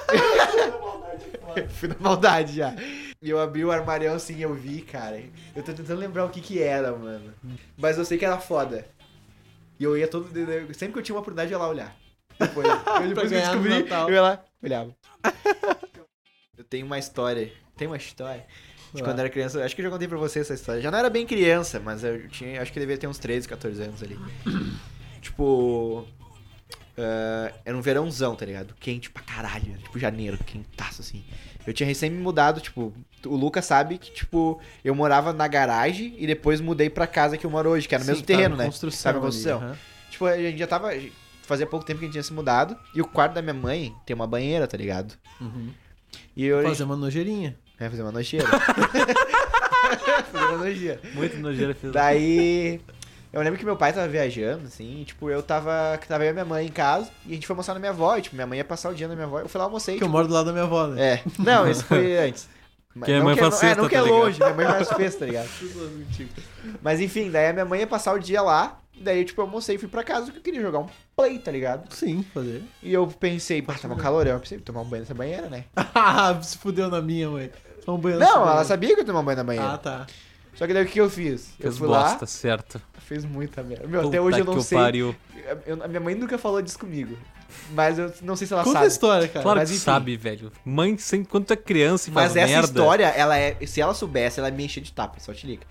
Speaker 2: Eu fui na maldade já. E eu abri o armarião assim e eu vi, cara. Eu tô tentando lembrar o que que era, mano. Mas eu sei que era foda. E eu ia todo. Sempre que eu tinha uma oportunidade, eu ia lá olhar. Depois,
Speaker 1: (laughs)
Speaker 2: eu depois que eu
Speaker 1: ganhar no
Speaker 2: descobri,
Speaker 1: Natal.
Speaker 2: eu ia lá, olhava. eu tenho uma história. Tem uma história. De
Speaker 1: Lá.
Speaker 2: quando eu era criança, acho que eu já contei pra você essa história. Já não era bem criança, mas eu tinha, acho que eu devia ter uns 13, 14 anos ali. tipo, ah, era um verãozão, tá ligado? Quente pra caralho. Tipo, janeiro, quentaço, assim. Eu tinha recém me mudado, tipo, o Lucas sabe que, tipo, eu morava na garagem e depois mudei pra casa que eu moro hoje, que era no
Speaker 1: Sim,
Speaker 2: mesmo terreno,
Speaker 1: tava em
Speaker 2: né?
Speaker 1: Construção.
Speaker 2: Tava em
Speaker 1: ali,
Speaker 2: construção.
Speaker 1: aham.
Speaker 2: Tipo, a gente já tava. Fazia pouco tempo que a gente tinha se mudado. E o quarto da minha mãe tem uma banheira, tá ligado?
Speaker 1: Uhum.
Speaker 2: E eu.
Speaker 1: Fazer uma nojeirinha.
Speaker 2: É, fazer uma nojeira. (laughs) fazer uma nojeira.
Speaker 3: Muito nojeira fez.
Speaker 2: Daí. Eu lembro que meu pai tava viajando, assim, e, tipo, eu tava. Tava eu e minha mãe em casa, e a gente foi almoçar na minha avó, e, tipo, minha mãe ia passar o dia na minha avó. Eu fui lá almocei.
Speaker 1: Que eu
Speaker 2: tipo,
Speaker 1: moro do lado da minha avó, né?
Speaker 2: É. Não, isso
Speaker 3: (laughs)
Speaker 2: foi antes. Mas
Speaker 3: Que a
Speaker 2: não
Speaker 3: mãe
Speaker 2: que
Speaker 3: faz
Speaker 2: não-
Speaker 3: festa,
Speaker 2: É, não que
Speaker 3: tá
Speaker 2: é
Speaker 3: ligado?
Speaker 2: longe, minha mãe faz festa, tá ligado? Mas enfim, daí a minha mãe ia passar o dia lá, e daí, tipo, eu almocei e fui pra casa, porque eu queria jogar um play, tá ligado?
Speaker 1: Sim, fazer. (laughs)
Speaker 2: E eu pensei, pá, tava um calorão, eu pensei, tomar um banho nessa banheira, né?
Speaker 1: Ah, se fudeu na minha, mãe. Só um banheiro
Speaker 2: Não,
Speaker 1: só
Speaker 2: ela
Speaker 1: banheiro.
Speaker 2: sabia que eu ia tomar um banho na banheira.
Speaker 1: Ah, tá.
Speaker 2: Só que daí o que eu fiz? Eu
Speaker 3: Fez
Speaker 2: fui
Speaker 3: bosta, certo.
Speaker 2: lá, fez muita merda. Meu, até
Speaker 3: Puta
Speaker 2: hoje eu
Speaker 3: que
Speaker 2: não
Speaker 3: o
Speaker 2: sei.
Speaker 3: pariu.
Speaker 2: eu- a minha mãe nunca falou disso comigo. Mas eu não sei se ela
Speaker 1: Conta a
Speaker 2: sabe.
Speaker 1: história, cara.
Speaker 3: Claro
Speaker 2: É, mas
Speaker 3: que
Speaker 2: enfim.
Speaker 3: sabe, velho. Mãe, sempre, quando tu é criança e faz
Speaker 2: Mas essa
Speaker 3: merda.
Speaker 2: história, ela é. Se ela soubesse, ela me enchia de tapa, só te liga.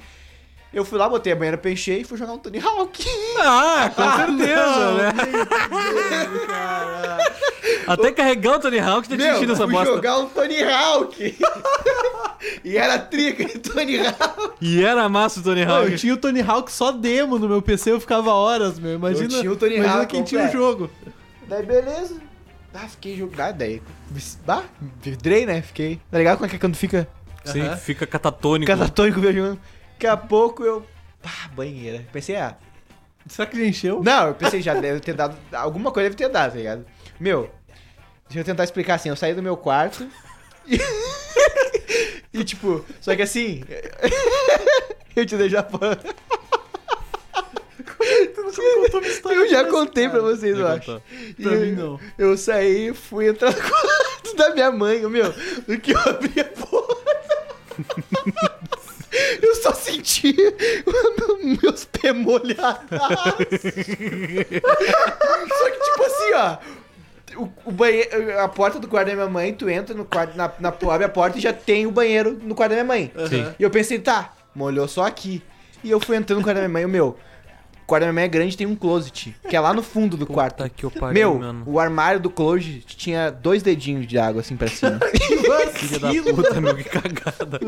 Speaker 2: Eu fui lá, botei a banheira pra encher e fui jogar um Tony Hawk.
Speaker 3: Ah, com certeza,
Speaker 1: não,
Speaker 3: né? Até carregar o Tony Hawk tá tinha
Speaker 2: Meu,
Speaker 3: desistido dessa
Speaker 2: fui
Speaker 3: bosta.
Speaker 2: jogar um Tony Hawk. (laughs) e era trica de Tony Hawk.
Speaker 3: E era massa o Tony
Speaker 1: Não, eu
Speaker 3: Hawk.
Speaker 1: tinha o Tony Hawk só demo no meu PC, eu ficava horas, meu. Imagina,
Speaker 2: Eu tinha o Tony
Speaker 1: imagina
Speaker 2: Hawk
Speaker 1: quem tinha o
Speaker 2: completo.
Speaker 1: jogo.
Speaker 2: Daí, beleza. Ah, fiquei jogado. Daí, bah, vidrei, né? Fiquei. Tá ligado como é que é quando fica
Speaker 3: Sim,
Speaker 1: Aham.
Speaker 3: fica catatônico.
Speaker 2: catatônico viajando? Daqui a pouco eu. Pá, banheira. Pensei, ah,
Speaker 1: Será que já encheu?
Speaker 2: Não, eu pensei, já deve ter dado. Alguma coisa deve ter dado, tá ligado? Meu, deixa eu tentar explicar assim. Eu saí do meu quarto. (laughs) E, e, tipo, só que assim. (laughs) eu te dei Japão.
Speaker 1: contou minha história
Speaker 2: Eu já
Speaker 1: dessa,
Speaker 2: contei pra
Speaker 1: cara.
Speaker 2: vocês, eu
Speaker 3: Já
Speaker 2: acho.
Speaker 3: contou.
Speaker 2: E
Speaker 1: Pra
Speaker 2: eu-
Speaker 1: mim, não.
Speaker 2: Eu saí e fui entrar no quarto da minha mãe, eu, meu. Do que eu abri a porta. Eu só senti (laughs) meus pés molhados. Só que, tipo assim, ó. O, o banheiro, a porta do quarto da minha mãe, tu entra no quarto, na, na, abre a porta e já tem o banheiro no quarto da minha mãe.
Speaker 1: Aham.
Speaker 2: E eu pensei, tá, molhou só aqui. E eu fui entrando no quarto da minha mãe, o meu. O quarto da minha mãe é grande, tem um closet, que é lá no fundo do quarto.
Speaker 3: Puta que eu pariu,
Speaker 2: meu,
Speaker 3: mano.
Speaker 2: o armário do closet tinha dois dedinhos de água assim
Speaker 1: (laughs)
Speaker 2: pra cima.
Speaker 3: Filha da puta, meu,
Speaker 2: (laughs)
Speaker 3: que cagada.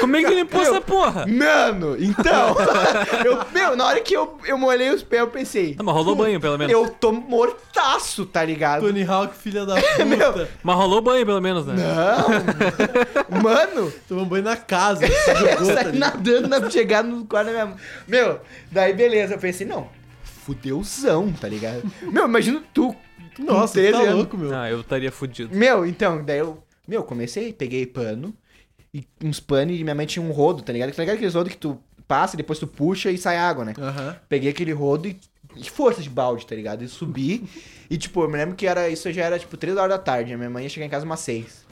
Speaker 3: Como é que limpou
Speaker 2: Meu.
Speaker 3: essa porra?
Speaker 2: Mano,
Speaker 1: (laughs)
Speaker 2: então. eu- meu, na hora que eu, eu molhei os pés, eu pensei.
Speaker 3: Não, mas rolou banho, pelo menos.
Speaker 2: Eu tô mortaço, tá ligado?
Speaker 1: Tony Hawk, filha
Speaker 2: (laughs)
Speaker 1: da
Speaker 2: É,
Speaker 1: puta.
Speaker 3: Mas rolou banho, pelo menos, né?
Speaker 1: (laughs)
Speaker 2: Não! mano!
Speaker 1: Tomou um banho na casa. se jogou, tá
Speaker 2: sair
Speaker 1: ligado?
Speaker 2: nadando na chegar no quarto da minha mãe. Meu, daí beleza, eu pensei, não, fudeuzão,
Speaker 1: (laughs)
Speaker 2: tá ligado? Meu, imagina tu. (laughs) com
Speaker 1: Nossa, tu
Speaker 2: 13
Speaker 1: tá
Speaker 2: anos.
Speaker 1: louco, meu.
Speaker 3: Ah, eu estaria fudido.
Speaker 2: Meu, então, daí eu. Meu, comecei, peguei pano, e uns pano e minha mãe tinha um rodo, tá ligado? Tá ligado aqueles rodo que tu passa e depois tu puxa e sai água, né?
Speaker 1: Aham.
Speaker 2: Peguei aquele rodo e, e força de balde, tá ligado? E subi. e tipo, eu me lembro que era isso já era tipo 3 horas da tarde. A minha mãe ia chegar em casa umas 6.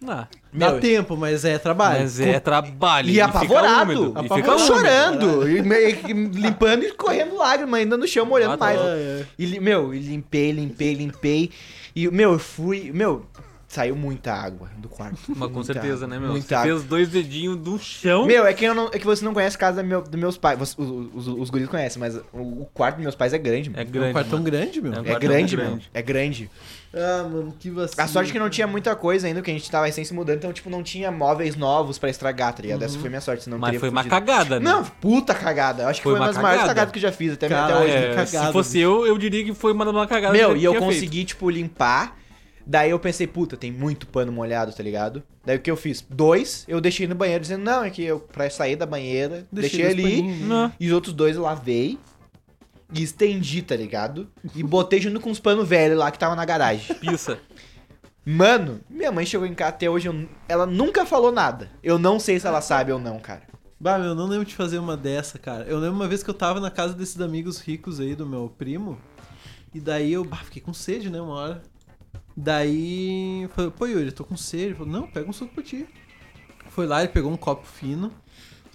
Speaker 3: Não.
Speaker 1: Dá
Speaker 3: Meu,
Speaker 1: tempo, mas é trabalho.
Speaker 3: Ah, Mas é trabalho.
Speaker 2: E apavorado.
Speaker 3: Fica úmido,
Speaker 1: Apavorado.
Speaker 3: E fica
Speaker 1: úmido.
Speaker 2: chorando, e me- e limpando e correndo lágrima ainda no chão, molhando
Speaker 3: Ah, tá
Speaker 2: mais.
Speaker 3: louco.
Speaker 1: É, é.
Speaker 2: E, li- meu, e limpei, limpei, limpei. E, meu, eu fui. Meu, saiu muita água do quarto.
Speaker 3: Mas com
Speaker 2: Muita
Speaker 3: certeza,
Speaker 2: água,
Speaker 3: né, meu?
Speaker 2: Muita
Speaker 3: Você
Speaker 2: água.
Speaker 3: fez dois dedinhos do chão.
Speaker 2: Meu, é que, eu não, é que você não conhece a casa do meu- dos meus pais. Você- os, os, os guris conhecem, mas o, o quarto dos meus pais é grande, meu.
Speaker 3: É
Speaker 2: É,
Speaker 1: É um
Speaker 3: grande.
Speaker 1: quartão
Speaker 3: mano.
Speaker 1: grande, meu.
Speaker 3: É. um quarto
Speaker 2: grande,
Speaker 3: grande.
Speaker 2: meu. É grande.
Speaker 1: Ah, mano, que vacilo.
Speaker 2: A sorte é que não tinha muita coisa ainda, porque a gente tava recém se mudando, então, tipo, não tinha móveis novos pra estragar, tá ligado?
Speaker 1: Uhum.
Speaker 2: Essa foi minha sorte, senão
Speaker 3: Mas
Speaker 2: teria
Speaker 3: foi uma
Speaker 2: fudido.
Speaker 3: cagada, né?
Speaker 2: Não, puta cagada. Eu acho que
Speaker 3: Foi
Speaker 2: foi,
Speaker 3: uma
Speaker 2: uma das maiores
Speaker 3: cagada.
Speaker 2: cagadas que eu já fiz até, até
Speaker 1: Cara,
Speaker 2: hoje.
Speaker 3: É,
Speaker 1: cagada,
Speaker 3: se fosse eu, eu diria que foi uma uma cagada.
Speaker 2: Meu,
Speaker 3: que
Speaker 2: e eu
Speaker 3: tinha
Speaker 2: consegui, tipo, limpar. Daí eu pensei, puta, tem muito pano molhado, tá ligado? Daí o que eu fiz? Dois, eu deixei no banheiro dizendo, não, é que eu, pra sair da banheira, deixei,
Speaker 1: dois
Speaker 2: ali.
Speaker 1: paninhos,
Speaker 3: feito.
Speaker 1: né?
Speaker 3: Não.
Speaker 2: E os outros dois eu lavei e estendi, tá ligado? E botei junto com os panos velhos lá que tava na garagem.
Speaker 3: Pissa.
Speaker 2: Mano, minha mãe chegou em casa até hoje, eu- ela nunca falou nada. Eu não sei se ela sabe ou não, cara.
Speaker 1: Bah, meu, eu não lembro de fazer uma dessa, cara. Eu lembro uma vez que eu tava na casa desses amigos ricos aí do meu primo. E daí eu, bah, fiquei com sede, né, uma hora. Daí, falei, pô, Yuri, eu tô com sede. Ele Falou, não, pega um suco pra ti. Foi lá, ele pegou um copo fino.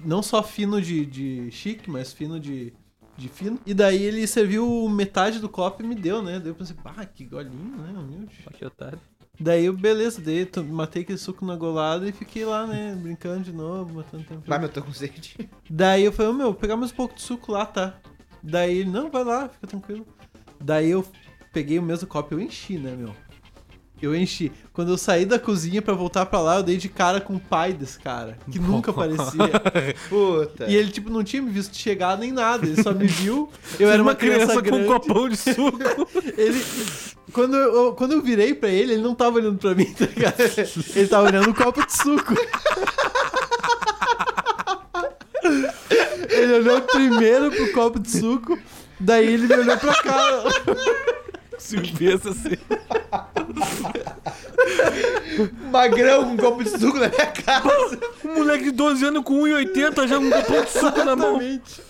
Speaker 1: Não só fino de, de chique, mas fino de, de fino. E daí ele serviu metade do copo e me deu, né? Daí eu pensei, bah, que golinho, né? Humilde.
Speaker 2: (laughs)
Speaker 3: Que otário.
Speaker 1: Daí eu, beleza, dei, to- matei aquele suco na golada e fiquei lá, né? Brincando de novo, matando tempo.
Speaker 2: Mas meu, eu tô com sede.
Speaker 1: Daí eu falei, ô meu, vou pegar mais um pouco de suco lá, tá? Daí ele, não, vai lá, fica tranquilo. Daí eu peguei o mesmo copo, eu enchi, né, meu? Eu enchi. Quando eu saí da cozinha pra voltar pra lá, eu dei de cara com o pai desse cara, que (laughs) nunca aparecia.
Speaker 2: Puta.
Speaker 1: E ele, tipo, não tinha me visto chegar nem nada, ele só me viu. Eu era é uma criança,
Speaker 3: com um
Speaker 1: grande.
Speaker 3: copão
Speaker 2: (laughs)
Speaker 3: de suco.
Speaker 1: Ele. Quando eu, quando eu virei pra ele, ele não tava olhando pra mim, tá ligado? Ele tava olhando o copo de suco. Ele olhou primeiro pro copo de suco, daí ele me olhou pra cá.
Speaker 3: Se
Speaker 2: um
Speaker 3: pensa assim.
Speaker 2: Magrão com um copo de suco na minha cara.
Speaker 3: Um moleque de 12 anos com 1,80 já com um copão de suco na mão.
Speaker 1: Exatamente.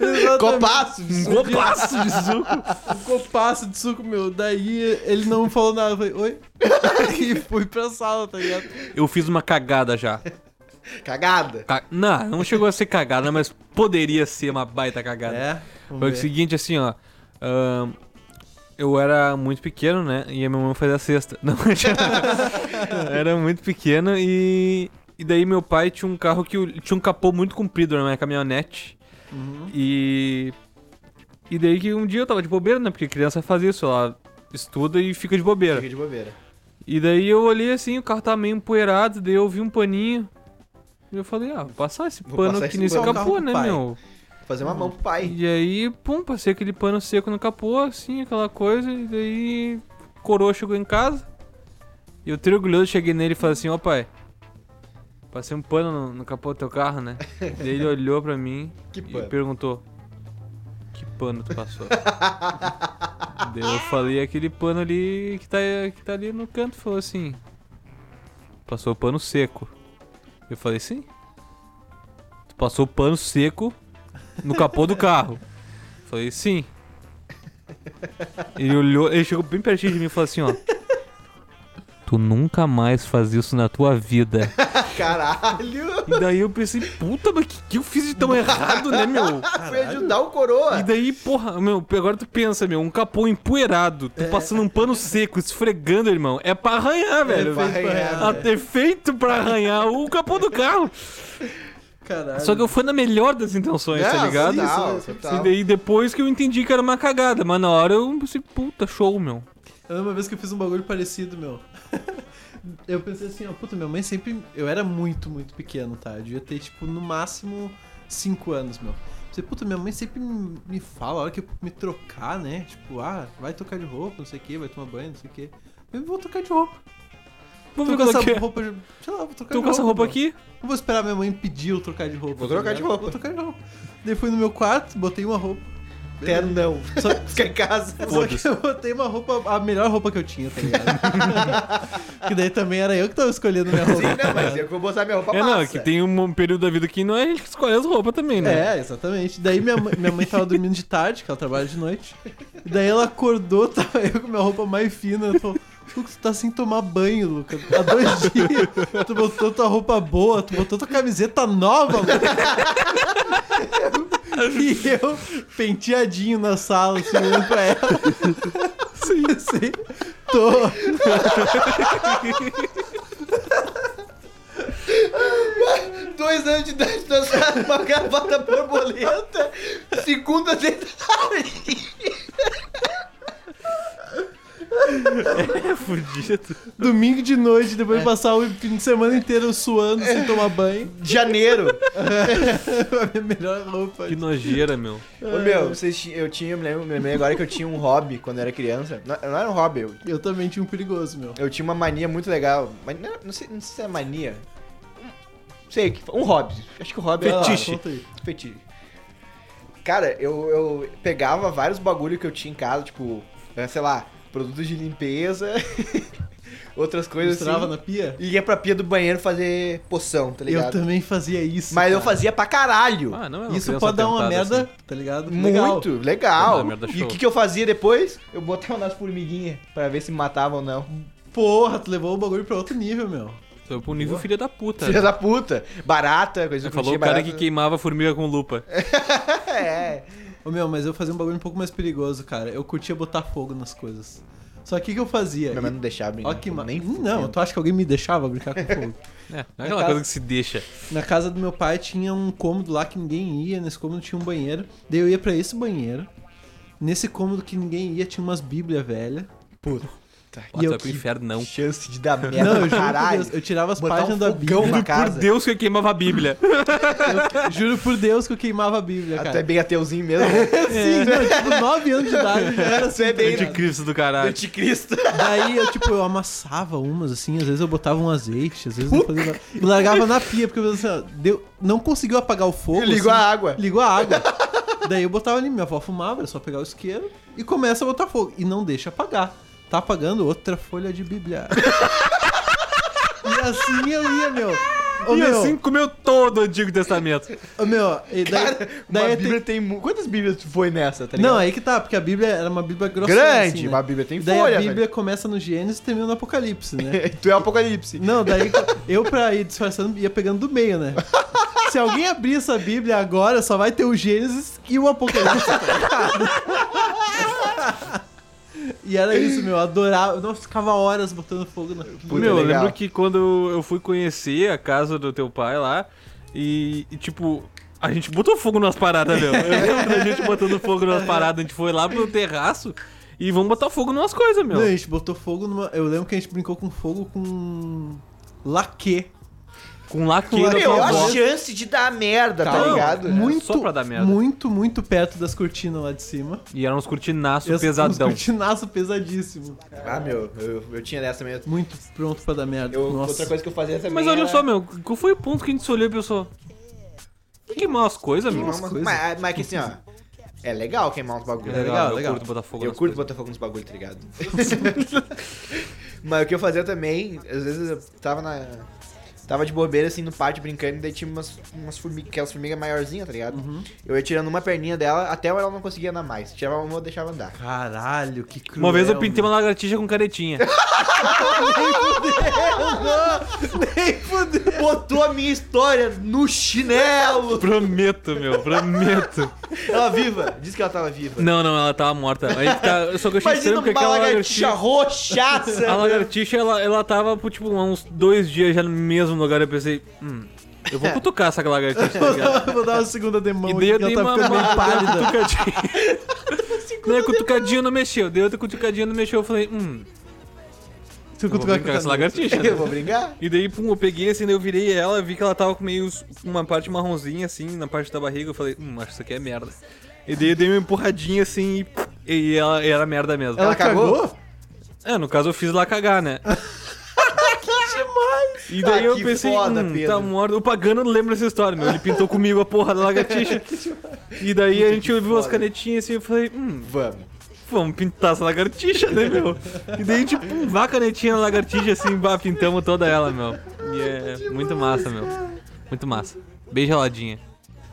Speaker 1: Exatamente.
Speaker 2: Copaço.
Speaker 3: Um copaço de suco.
Speaker 1: Um copaço de suco, meu. Daí ele não falou nada. Eu falei, oi? (laughs) E fui pra sala, tá ligado?
Speaker 3: Eu fiz uma cagada já.
Speaker 2: Cagada.
Speaker 3: Ca- Não, não chegou a ser cagada, mas poderia ser uma baita cagada.
Speaker 1: É, vamos
Speaker 3: Foi o
Speaker 1: ver.
Speaker 3: seguinte, assim, ó. ahn, eu era muito pequeno, né? E a minha mãe fazia cesta. (laughs) Não, era muito pequeno e. E daí meu pai tinha um carro que o- tinha um capô muito comprido na minha caminhonete.
Speaker 1: Uhum.
Speaker 3: E. E daí que um dia eu tava de bobeira, né? Porque criança faz isso, ela estuda e fica de bobeira.
Speaker 2: Fiquei de bobeira.
Speaker 3: E daí eu olhei assim, o carro tava meio empoeirado, daí eu vi um paninho. E eu falei, ah, vou passar esse
Speaker 2: Vou
Speaker 3: pano
Speaker 2: passar
Speaker 3: aqui
Speaker 2: esse
Speaker 3: nesse
Speaker 2: pano.
Speaker 3: capô,
Speaker 1: Carro do
Speaker 3: né,
Speaker 1: pai.
Speaker 3: meu?
Speaker 2: Fazer uma mão pro pai.
Speaker 3: E aí, pum, passei aquele pano seco no capô, assim, aquela coisa, e daí coroa chegou em casa. E eu orgulhoso cheguei nele e falei assim, ó pai, passei um pano no, no capô do teu
Speaker 2: (laughs)
Speaker 3: carro, né? daí ele olhou pra mim
Speaker 2: Que
Speaker 3: e
Speaker 2: pano?
Speaker 3: perguntou, que pano tu passou? daí eu falei aquele pano ali que tá, que tá ali no canto, falou assim, passou o pano seco. Eu falei, sim. Tu passou o pano seco no capô do carro. Falei, sim. Ele olhou, ele chegou bem pertinho de mim e falou assim, ó. Tu nunca mais faz isso na tua vida.
Speaker 2: Caralho.
Speaker 3: E daí eu pensei, puta, mas que, que eu fiz de tão errado, né, meu?
Speaker 2: Foi ajudar o coroa.
Speaker 3: E daí, porra, meu, agora tu pensa, meu, um capô empoeirado,
Speaker 1: É.
Speaker 3: tu passando um pano seco, esfregando, irmão, é pra arranhar, velho.
Speaker 2: pra arranhar,
Speaker 3: Ah, ter feito pra arranhar o capô do carro.
Speaker 1: Caralho.
Speaker 3: Só que eu fui na melhor das intenções, tá
Speaker 1: É,
Speaker 2: Não,
Speaker 3: ligado?
Speaker 2: total,
Speaker 1: Isso,
Speaker 2: total.
Speaker 3: E daí depois que eu entendi que era uma cagada, mas na hora eu pensei, puta, show, meu.
Speaker 1: Eu lembro uma vez que eu fiz um bagulho parecido, meu. (laughs) eu pensei assim, ó, puta, minha mãe sempre. Eu era muito, muito pequeno, tá? Eu devia ter, tipo, no máximo 5 anos, meu. Pensei, puta, minha mãe sempre me me fala a hora que eu me trocar, né? Tipo, ah, vai trocar de roupa, não sei o que, vai tomar banho, não sei o que. Eu vou trocar de roupa.
Speaker 3: Vou ver
Speaker 1: Tô com essa
Speaker 3: qual que é.
Speaker 1: roupa. de- Sei lá, vou trocar
Speaker 3: Tô
Speaker 1: de
Speaker 3: com essa roupa
Speaker 1: meu.
Speaker 3: aqui.
Speaker 1: Não vou esperar minha mãe pedir eu trocar de roupa.
Speaker 2: Vou
Speaker 1: tá
Speaker 2: trocar de
Speaker 1: ligado?
Speaker 2: roupa.
Speaker 1: Vou trocar de roupa. Daí fui no meu quarto, botei uma roupa.
Speaker 2: Até não.
Speaker 1: Só,
Speaker 2: Fica em casa.
Speaker 1: Só que eu botei uma roupa, a melhor roupa que eu tinha, tá
Speaker 2: (laughs)
Speaker 1: ligado? que daí também era eu que tava escolhendo minha roupa.
Speaker 2: Sim, não, mas eu vou botar minha roupa
Speaker 3: É,
Speaker 2: massa.
Speaker 3: não, é que tem um período da vida que não é a gente que escolhe as roupas também, né?
Speaker 1: É, exatamente. Daí minha, mãe- minha mãe tava dormindo de tarde, que ela trabalha de noite. E daí ela acordou, tava eu com minha roupa mais fina. Ela falou, Lucas, tu tá sem tomar banho, Lucas. Há dois (laughs) dias. Tu botou tua roupa boa, tu botou tua camiseta nova,
Speaker 2: (laughs)
Speaker 1: Lucas. E eu, penteadinho na sala, assim, olhando pra ela. Sim, sim. Tô.
Speaker 2: Dois anos de idade, dançando uma gravata borboleta, segunda de tarde.
Speaker 3: É fudido.
Speaker 1: Domingo de noite, depois
Speaker 2: É.
Speaker 1: de passar o fim de semana inteiro suando sem tomar banho. (laughs)
Speaker 2: Janeiro.
Speaker 1: Com a minha melhor roupa.
Speaker 3: Que nojeira, meu.
Speaker 2: Ô, meu, vocês, ti- eu tinha, eu me lembro- me lembrei agora que eu tinha um hobby quando eu era criança. Não, não era um hobby, eu,
Speaker 1: Eu também tinha um perigoso, meu.
Speaker 2: eu tinha uma mania muito legal. Mas não, não sei, não sei se é mania. Não Sei, que- um hobby. Acho que o hobby era lá,
Speaker 3: Fetiche.
Speaker 1: Vai lá, conta aí.
Speaker 2: fetiche. Cara, eu, eu pegava vários bagulho que eu tinha em casa, tipo, eh, sei lá, produtos de limpeza, (laughs) outras coisas
Speaker 1: Misturava
Speaker 2: assim.
Speaker 1: na pia?
Speaker 2: E ia pra pia do banheiro fazer poção, tá
Speaker 1: Eu
Speaker 2: ligado?
Speaker 1: também fazia isso.
Speaker 2: Mas eu
Speaker 1: cara.
Speaker 2: fazia pra caralho.
Speaker 3: Ah, não é uma
Speaker 1: Isso
Speaker 3: criança
Speaker 1: pode dar uma
Speaker 3: atentada,
Speaker 1: merda,
Speaker 3: assim.
Speaker 1: tá ligado? Legal.
Speaker 2: Muito, legal.
Speaker 3: Dá merda
Speaker 2: E
Speaker 3: show.
Speaker 2: o que, que eu fazia depois? Eu botava nas formiguinhas pra ver se me matavam ou não.
Speaker 1: Porra, tu levou o bagulho pra outro nível, meu.
Speaker 3: Foi pro nível filha da puta.
Speaker 2: Filha da puta. Barata, coisa
Speaker 3: Você
Speaker 2: que
Speaker 3: falou o
Speaker 2: tinha
Speaker 3: cara
Speaker 2: barata.
Speaker 3: que queimava formiga com lupa.
Speaker 2: É.
Speaker 1: Ô meu, mas eu fazia um bagulho um pouco mais perigoso, cara. Eu curtia botar fogo nas coisas. Só que o que, que eu fazia?
Speaker 2: Minha mãe não deixava brincar.
Speaker 1: Ó que ma...
Speaker 2: Nem
Speaker 1: Não, tu acha que alguém me deixava brincar com fogo?
Speaker 3: É, não é aquela
Speaker 1: casa-
Speaker 3: coisa que se deixa.
Speaker 1: Na casa do meu pai tinha um cômodo lá que ninguém ia, nesse cômodo tinha um banheiro. Daí eu ia pra esse banheiro. Nesse cômodo que ninguém ia tinha umas bíblia velha.
Speaker 2: Puta.
Speaker 1: E
Speaker 3: Bota
Speaker 1: eu
Speaker 3: vai pro
Speaker 1: que-
Speaker 3: inferno, não.
Speaker 2: Chance de dar merda.
Speaker 1: Não, eu juro por
Speaker 2: É, caralho.
Speaker 1: Deus, eu tirava as
Speaker 2: Botar
Speaker 1: páginas
Speaker 2: um
Speaker 1: da
Speaker 2: fogão
Speaker 1: bíblia.
Speaker 2: na
Speaker 3: Por
Speaker 2: casa.
Speaker 3: Deus que eu queimava
Speaker 1: (laughs)
Speaker 3: a Bíblia.
Speaker 1: Eu- juro por Deus que eu queimava a bíblia,
Speaker 2: Ah,
Speaker 1: cara.
Speaker 2: tu é (laughs) bem
Speaker 1: (laughs)
Speaker 2: ateuzinho mesmo.
Speaker 1: Sim, não, tipo, 9 anos de idade eu já era assim, tá
Speaker 2: Tu é bem
Speaker 3: Anticristo do caralho.
Speaker 2: anticristo.
Speaker 1: Daí eu, tipo, eu amassava umas, assim, às vezes eu botava um azeite, às vezes eu fazia. nada. E largava na pia, porque eu pensava assim, ó, deu, não conseguiu apagar o fogo.
Speaker 2: Ligou
Speaker 1: assim,
Speaker 2: a água.
Speaker 1: Ligou a água. Daí eu botava ali, minha avó fumava, era só pegar o isqueiro e começa a botar fogo. E não deixa apagar. Tá apagando outra folha de bíblia. (laughs) e assim eu ia, meu. Ô,
Speaker 3: e
Speaker 1: meu,
Speaker 3: assim comeu todo o Antigo Testamento.
Speaker 1: ô, meu, e daí,
Speaker 2: Cara,
Speaker 1: daí
Speaker 2: uma
Speaker 1: eu
Speaker 2: bíblia tem... mu- Quantas bíblias tu foi nessa, tá
Speaker 1: tenho-
Speaker 2: ligado?
Speaker 1: Não, aí que tá, porque a bíblia era uma bíblia grossa.
Speaker 2: Grande, uma bíblia tem
Speaker 1: Daí
Speaker 2: folha,
Speaker 1: a bíblia começa no Gênesis e termina no Apocalipse, né?
Speaker 2: velho. (laughs) Tu é o apocalipse.
Speaker 1: Não, daí eu pra ir disfarçando ia pegando do meio, né? Se alguém abrir essa Bíblia agora, só vai ter o Gênesis e o Apocalipse. tá ligado? e era isso, meu. eu Adorava. Nossa, ficava horas botando fogo na.
Speaker 2: Puta,
Speaker 3: Meu, eu
Speaker 2: legal.
Speaker 3: lembro que quando eu fui conhecer a casa do teu pai lá, e, e, tipo, a gente botou fogo nas paradas, meu. Eu lembro da gente botando fogo nas paradas, a gente foi lá pro terraço e vamos botar fogo nas coisas, meu.
Speaker 1: Não, a gente botou fogo numa. Eu lembro que a gente brincou com fogo com. Laque.
Speaker 3: Com
Speaker 1: Meu,
Speaker 3: laqueiro da
Speaker 2: Meu,
Speaker 3: tua
Speaker 1: eu
Speaker 2: a
Speaker 3: avó.
Speaker 1: acho-
Speaker 2: chance de dar merda, tá
Speaker 3: Não,
Speaker 2: ligado?
Speaker 1: Muito,
Speaker 3: só pra dar é, merda.
Speaker 1: muito, muito perto das cortinas lá de cima.
Speaker 3: E eram uns cortinaços
Speaker 1: Eu-
Speaker 3: pesadão.
Speaker 1: Uns cortinaço pesadíssimo.
Speaker 2: Ah, meu, eu, eu tinha dessa também. Eu-
Speaker 1: Muito pronto pra dar merda.
Speaker 2: Eu,
Speaker 1: Nossa.
Speaker 2: outra coisa que eu fazia também
Speaker 3: Mas olha
Speaker 2: era-
Speaker 3: só, meu, qual foi o ponto que a gente se olhou e pensou? Queimar as coisas, meu.
Speaker 2: Queimar umas coisas. Mas, mas que assim, ó. É legal queimar uns bagulho. né?
Speaker 1: É legal,
Speaker 3: eu
Speaker 1: legal.
Speaker 3: curto botar fogo
Speaker 2: Eu
Speaker 3: nas
Speaker 2: curto botar
Speaker 3: coisas.
Speaker 2: fogo nos bagulho, tá ligado? (laughs) Mas o que eu fazia também, às vezes eu tava na. Tava de bobeira assim no pátio brincando, e daí tinha umas, umas formigas, aquelas formigas maiorzinhas, tá ligado? Eu ia tirando uma perninha dela até ela não conseguia andar mais. Tirava uma, eu deixava andar.
Speaker 1: Caralho, que cruel.
Speaker 3: Uma vez eu
Speaker 1: meu.
Speaker 3: pintei uma lagartixa com caretinha.
Speaker 2: Nem fudeu. Botou a minha história no chinelo!
Speaker 3: prometo, meu, prometo.
Speaker 2: Ela viva! Diz que ela tava viva.
Speaker 3: Não, não, ela tava morta. Aí que tá- só que eu achei
Speaker 2: Imagina
Speaker 3: estranho porque
Speaker 2: uma
Speaker 3: aquela
Speaker 2: lagartixa
Speaker 3: lagartixa.
Speaker 2: roxaça!
Speaker 3: (laughs) A lagartixa, ela, ela tava, por, tipo, há uns dois dias já no mesmo lugar. Eu pensei, hum, eu vou cutucar essa lagartixa, tá
Speaker 1: (laughs)
Speaker 3: ligado?
Speaker 1: Vou dar uma segunda demão
Speaker 3: E
Speaker 1: aqui,
Speaker 3: daí eu dei
Speaker 1: ela tá
Speaker 3: uma,
Speaker 1: ficando
Speaker 3: uma
Speaker 1: bem pálida.
Speaker 3: cutucadinha. Não, a cutucadinha não mexeu. Dei outra cutucadinha não mexeu. Eu falei, hum,
Speaker 1: Se eu
Speaker 3: eu vou
Speaker 1: cutucar
Speaker 3: brincar com essa
Speaker 1: caneta.
Speaker 3: lagartixa. né?
Speaker 2: Eu vou brincar?
Speaker 3: E daí, pum, eu peguei assim, daí eu virei ela, vi que ela tava com meio s- uma parte marronzinha, assim, na parte da barriga. Eu falei, hum, acho que isso aqui é merda. E daí eu dei uma empurradinha assim e, e ela era merda mesmo.
Speaker 1: Ela,
Speaker 2: Ela
Speaker 1: cagou?
Speaker 2: cagou?
Speaker 3: É, no caso eu fiz lá
Speaker 2: (laughs)
Speaker 3: cagar, né?
Speaker 1: Demais!
Speaker 3: E daí
Speaker 2: Ah,
Speaker 3: eu
Speaker 2: que
Speaker 3: pensei,
Speaker 2: foda,
Speaker 3: hum,
Speaker 2: Pedro."
Speaker 3: tá morto. O Pagano lembra essa história, meu. Ele pintou comigo
Speaker 2: (laughs)
Speaker 3: a porra da lagartixa. E daí a gente ouviu as
Speaker 2: foda.
Speaker 3: canetinhas assim e eu falei, hum,
Speaker 2: Vamos.
Speaker 3: vamos pintar essa lagartixa, né, meu? E daí a gente, pum, vá a canetinha na lagartixa assim, vá, pintamos toda ela, meu. E é muito massa, meu. Muito massa. Bem geladinha.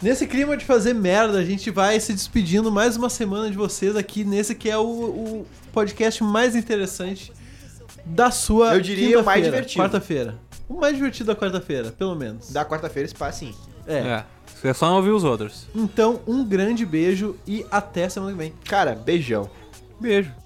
Speaker 1: Nesse clima de fazer merda, a gente vai se despedindo mais uma semana de vocês aqui nesse que é o, o podcast mais interessante da sua
Speaker 2: Eu diria o mais
Speaker 1: quinta-feira,
Speaker 2: divertido.
Speaker 1: Quarta-feira. O mais divertido da quarta-feira, pelo menos.
Speaker 2: Da quarta-feira, esse assim, pá, sim.
Speaker 1: É.
Speaker 3: É. É só não ouvir os outros.
Speaker 1: Então, um grande beijo e até semana que vem.
Speaker 2: Cara, beijão.
Speaker 3: Beijo.